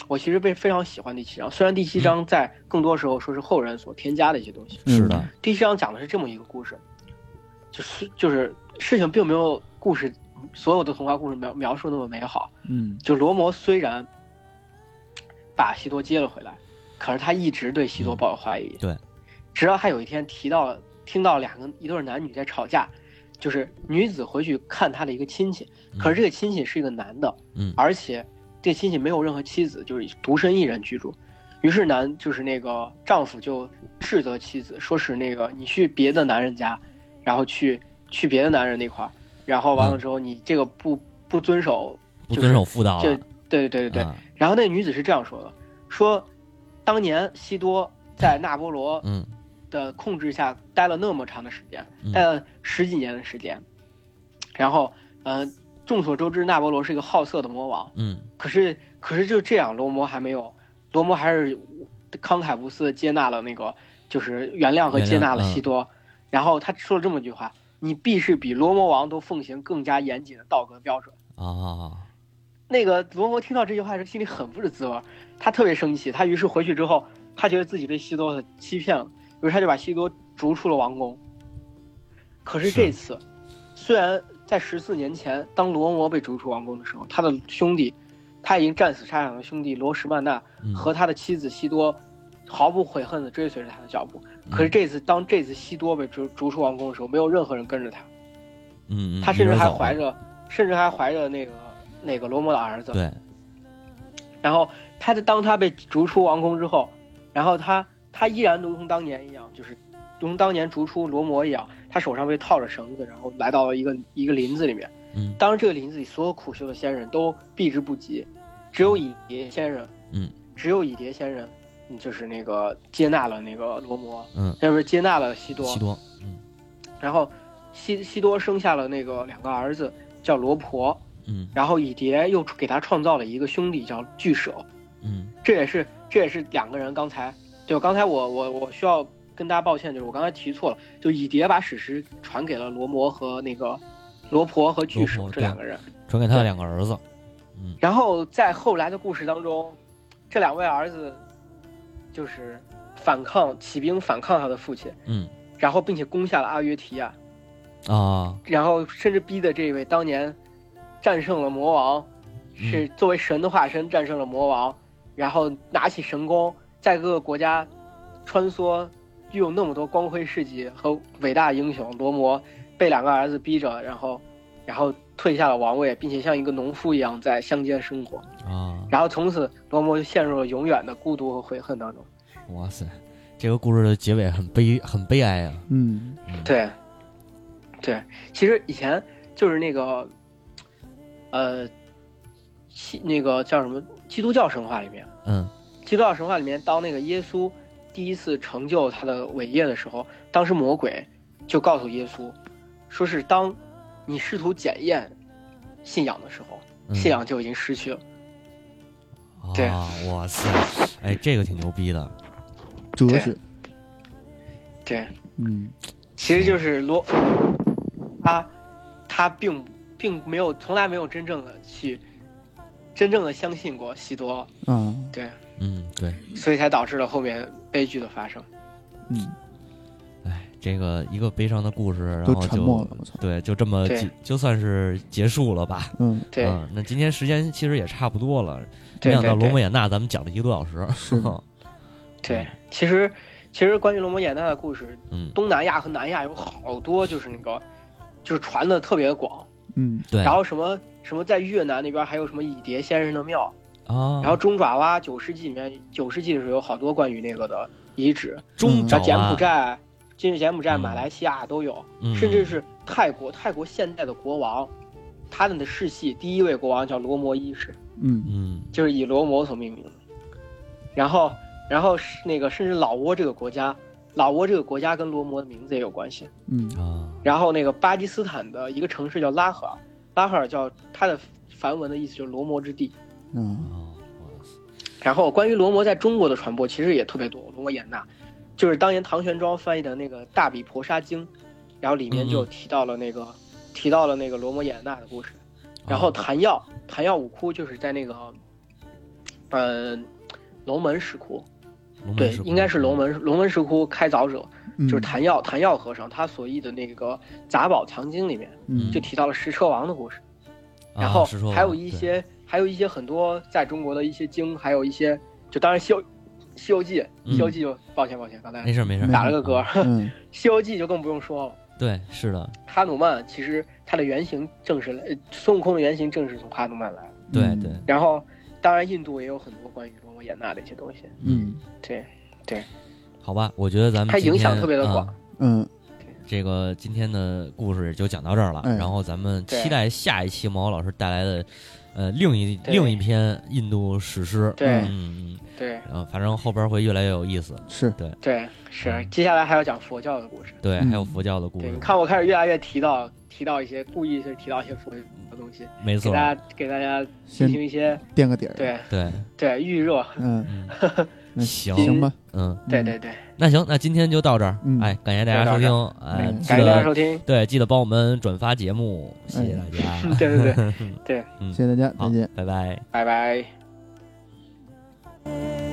Speaker 3: 我其实被非常喜欢第七章，虽然第七章在更多时候说是后人所添加的一些东西。
Speaker 1: 嗯
Speaker 2: 是的，
Speaker 3: 第七章讲的是这么一个故事，就是就是事情并没有故事所有的童话故事描描述那么美好，
Speaker 1: 嗯
Speaker 3: 就罗摩虽然把西多接了回来，可是他一直对西多抱有怀疑。
Speaker 2: 对，
Speaker 3: 直到他有一天提到了听到两个一对男女在吵架，就是女子回去看她的一个亲戚，
Speaker 2: 嗯
Speaker 3: 可是这个亲戚是一个男的，
Speaker 2: 嗯
Speaker 3: 而且这亲戚没有任何妻子，就是独身一人居住。于是男就是那个丈夫就斥责妻子，说是那个你去别的男人家，然后去去别的男人那块儿，然后
Speaker 2: 嗯
Speaker 3: 完了之后你这个不不遵守
Speaker 2: 不
Speaker 3: 就是
Speaker 2: 遵守妇道
Speaker 3: 这
Speaker 2: 了，
Speaker 3: 对对对对，
Speaker 2: 啊
Speaker 3: 然后那女子是这样说的：说，当年西多 在那波罗
Speaker 2: 嗯
Speaker 3: 的控制下待了那么长的时间，
Speaker 2: 嗯
Speaker 3: 待了十几年的时间。然后，呃，众所周知，那波罗是一个好色的魔王。
Speaker 2: 嗯
Speaker 3: 可是，可是就这样，罗摩还没有，罗摩还是慷慨无私地接纳了那个，就是原谅和嗯接纳了西多。然后他说了这么一句话：“你必是比罗摩王都奉行更加严谨的道德标准。”
Speaker 2: 啊
Speaker 3: 那个罗摩听到这句话的时候，心里很不是滋味儿，他特别生气。他于是回去之后，他觉得自己被西多欺骗了，于是他就把西多逐出了王宫。可是这次，虽然在十四年前，当罗摩被逐出王宫的时候，他的兄弟，他已经战死沙场的兄弟罗什曼纳
Speaker 2: 嗯
Speaker 3: 和他的妻子西多，毫不悔恨地追随着他的脚步。
Speaker 2: 嗯
Speaker 3: 可是这次，当这次西多被逐逐出王宫的时候，没有任何人跟着他，
Speaker 2: 嗯嗯
Speaker 3: 他甚至
Speaker 2: 一
Speaker 3: 还
Speaker 2: 走
Speaker 3: 怀着，甚至还怀着那个那个罗摩的儿子。
Speaker 2: 对
Speaker 3: 然后他的当他被逐出王宫之后，然后他他依然如同当年一样，就是如同当年逐出罗摩一样，他手上被套着绳子，然后来到了一个一个林子里面。
Speaker 2: 嗯
Speaker 3: 当然，这个林子里所有苦修的仙人都避之不及，只有以蝶仙人，
Speaker 2: 嗯，
Speaker 3: 只有以蝶仙人，嗯就是那个接纳了那个罗摩，
Speaker 2: 嗯
Speaker 3: 要不是接纳了西多，
Speaker 2: 西多嗯
Speaker 3: 然后西西多生下了那个两个儿子叫罗婆，
Speaker 2: 嗯
Speaker 3: 然后以蝶又给他创造了一个兄弟叫巨舍，
Speaker 2: 嗯
Speaker 3: 这也是这也是两个人刚才对，刚才我我我需要跟大家抱歉，就是我刚才提错了，就以蝶把史诗传给了罗摩和那个罗婆和巨
Speaker 2: 罗
Speaker 3: 蛇
Speaker 2: 婆
Speaker 3: 这两个人，
Speaker 2: 传给他的两个儿子嗯
Speaker 3: 然后在后来的故事当中，这两位儿子就是反抗起兵反抗他的父亲，
Speaker 2: 嗯
Speaker 3: 然后并且攻下了阿约提亚，
Speaker 2: 啊
Speaker 3: 然后甚至逼得这位当年战胜了魔王，
Speaker 2: 嗯
Speaker 3: 是作为神的化身战胜了魔王，然后拿起神弓，在各个国家穿梭，拥有那么多光辉事迹和伟大英雄罗摩，被两个儿子逼着，然后然后退下了王位，并且像一个农夫一样在乡间生活，
Speaker 2: 啊
Speaker 3: 然后从此罗摩就陷入了永远的孤独和悔恨当中。
Speaker 2: 哇塞，这个故事的结尾很悲很悲哀啊
Speaker 1: 嗯
Speaker 2: 嗯
Speaker 3: 对，对，其实以前就是那个，呃，西那个叫什么基督教神话里面，
Speaker 2: 嗯
Speaker 3: 基督教神话里面，当那个耶稣第一次成就他的伟业的时候，当时魔鬼就告诉耶稣，说是当你试图检验信仰的时候，
Speaker 2: 嗯
Speaker 3: 信仰就已经失去了。对
Speaker 2: 啊，哇塞，哎，这个挺牛逼的，
Speaker 1: 哲
Speaker 3: 对
Speaker 1: 学，
Speaker 3: 对，
Speaker 1: 嗯，
Speaker 3: 其实就是罗，他他并并没有从来没有真正的去真正的相信过西多，
Speaker 1: 啊，
Speaker 3: 对，
Speaker 2: 嗯，对，
Speaker 3: 所以才导致了后面悲剧的发生。
Speaker 1: 嗯，
Speaker 2: 哎，这个一个悲伤的故事，然
Speaker 1: 都
Speaker 2: 后
Speaker 1: 沉
Speaker 2: 就
Speaker 1: 默了，我操，
Speaker 2: 对，就这么
Speaker 3: 对
Speaker 2: 结就算是结束了吧。
Speaker 1: 嗯，
Speaker 3: 对、
Speaker 2: 嗯，那今天时间其实也差不多了，没
Speaker 3: 对
Speaker 2: 想到
Speaker 3: 对
Speaker 2: 罗摩
Speaker 3: 对
Speaker 2: 衍那咱们讲了一个多小时，
Speaker 1: 是
Speaker 3: 对，其实其实关于罗摩衍那的故事，
Speaker 2: 嗯，
Speaker 3: 东南亚和南亚有好多就是那个就是传的特别广，
Speaker 1: 嗯，
Speaker 2: 对，
Speaker 3: 然后什么什么在越南那边还有什么蚁蝶先生的庙，
Speaker 2: 啊，
Speaker 3: 然后中爪哇九世纪里面九世纪的时候有好多关于那个的遗址，
Speaker 2: 中
Speaker 1: 嗯
Speaker 2: 爪
Speaker 3: 像
Speaker 2: 哇
Speaker 3: 柬埔寨。甚至柬埔寨、
Speaker 2: 嗯
Speaker 3: 马来西亚都有，
Speaker 2: 嗯
Speaker 3: 甚至是泰国。泰国现代的国王，他们的世系第一位国王叫罗摩一世，
Speaker 1: 嗯，
Speaker 2: 嗯
Speaker 3: 就是以罗摩所命名的。然后，然后是那个甚至老挝这个国家，老挝这个国家跟罗摩的名字也有关系。
Speaker 1: 嗯，
Speaker 2: 啊，
Speaker 3: 然后那个巴基斯坦的一个城市叫拉合尔，拉合尔叫它的梵文的意思就是罗摩之地。
Speaker 1: 啊，
Speaker 2: 哦哇塞
Speaker 3: 然后关于罗摩在中国的传播其实也特别多，罗摩衍那，就是当年唐玄奘翻译的那个《大比婆沙经》，然后里面就提到了那个、提到了那个罗摩衍那的故事，然后
Speaker 2: 啊
Speaker 3: 昙曜昙曜五窟就是在那个，呃，龙门石窟，
Speaker 2: 龙门
Speaker 3: 对
Speaker 2: 石窟，嗯
Speaker 3: 应该是龙门龙门石窟开凿者
Speaker 1: 嗯
Speaker 3: 就是昙曜昙曜和尚他所译的那个杂宝藏经里面
Speaker 1: 嗯
Speaker 3: 就提到了石车王的故事。
Speaker 2: 啊
Speaker 3: 然后
Speaker 2: 是说
Speaker 3: 还有一些，还有一些很多在中国的一些经，还有一些就当然《西游西游记》，
Speaker 2: 嗯
Speaker 3: 《西游记》就抱歉抱歉，刚
Speaker 2: 对
Speaker 3: 才
Speaker 2: 没事没事，
Speaker 3: 打了个嗝，
Speaker 2: 嗯，
Speaker 1: 嗯，
Speaker 3: 西游记》就更不用说了。
Speaker 2: 对，是的，
Speaker 3: 哈努曼其实他的原型正是来，呃孙悟空的原型正是从哈努曼来的。
Speaker 2: 对
Speaker 1: 嗯
Speaker 2: 对，，
Speaker 3: 然后，当然印度也有很多关于罗摩衍那的一些东西，
Speaker 1: 嗯，
Speaker 3: 对，
Speaker 2: 好吧，我觉得咱们
Speaker 3: 它
Speaker 2: 今
Speaker 3: 影响
Speaker 2: 天
Speaker 3: 特别的广
Speaker 2: 啊。
Speaker 1: 嗯，
Speaker 2: 这个今天的故事就讲到这儿了，
Speaker 1: 哎
Speaker 2: 然后咱们
Speaker 3: 嗯对
Speaker 2: 期待下一期毛老师带来的，呃，另一
Speaker 3: 对
Speaker 2: 另一篇印度史诗。
Speaker 3: 对
Speaker 2: 嗯嗯，
Speaker 3: 对
Speaker 2: 然后反正后边会越来越有意思。
Speaker 1: 是，
Speaker 3: 对是。
Speaker 2: 嗯
Speaker 3: 接下来还要讲佛教的故事。
Speaker 2: 对，
Speaker 1: 嗯
Speaker 2: 还有佛教的故
Speaker 3: 对，
Speaker 2: 事
Speaker 3: 你，看我开始越来越提到提到一些故意是提到一些佛教的东西，
Speaker 2: 没
Speaker 3: 给
Speaker 2: 错，
Speaker 3: 大家给大家进
Speaker 1: 先
Speaker 3: 行一些
Speaker 1: 垫个底儿，，
Speaker 3: 对啊
Speaker 2: 对，
Speaker 3: 对预热。
Speaker 1: 嗯，
Speaker 2: 嗯，
Speaker 1: 那
Speaker 2: 行，
Speaker 1: 行吧，
Speaker 2: 嗯，
Speaker 3: 对对对，
Speaker 2: 那行，那今天就到这儿，
Speaker 1: 嗯
Speaker 2: 哎，感谢大家收
Speaker 3: 就
Speaker 2: 听，哎，
Speaker 1: 嗯
Speaker 2: 记
Speaker 3: 感谢大家
Speaker 2: 得
Speaker 3: 收听。
Speaker 2: 对，记得帮我们转发节目，谢谢
Speaker 1: 哎
Speaker 2: 大家，
Speaker 3: 嗯，对 对对，
Speaker 1: 嗯，谢谢大家，
Speaker 2: 好
Speaker 1: 再见。，
Speaker 2: 拜拜。
Speaker 3: 拜拜。
Speaker 1: 嗯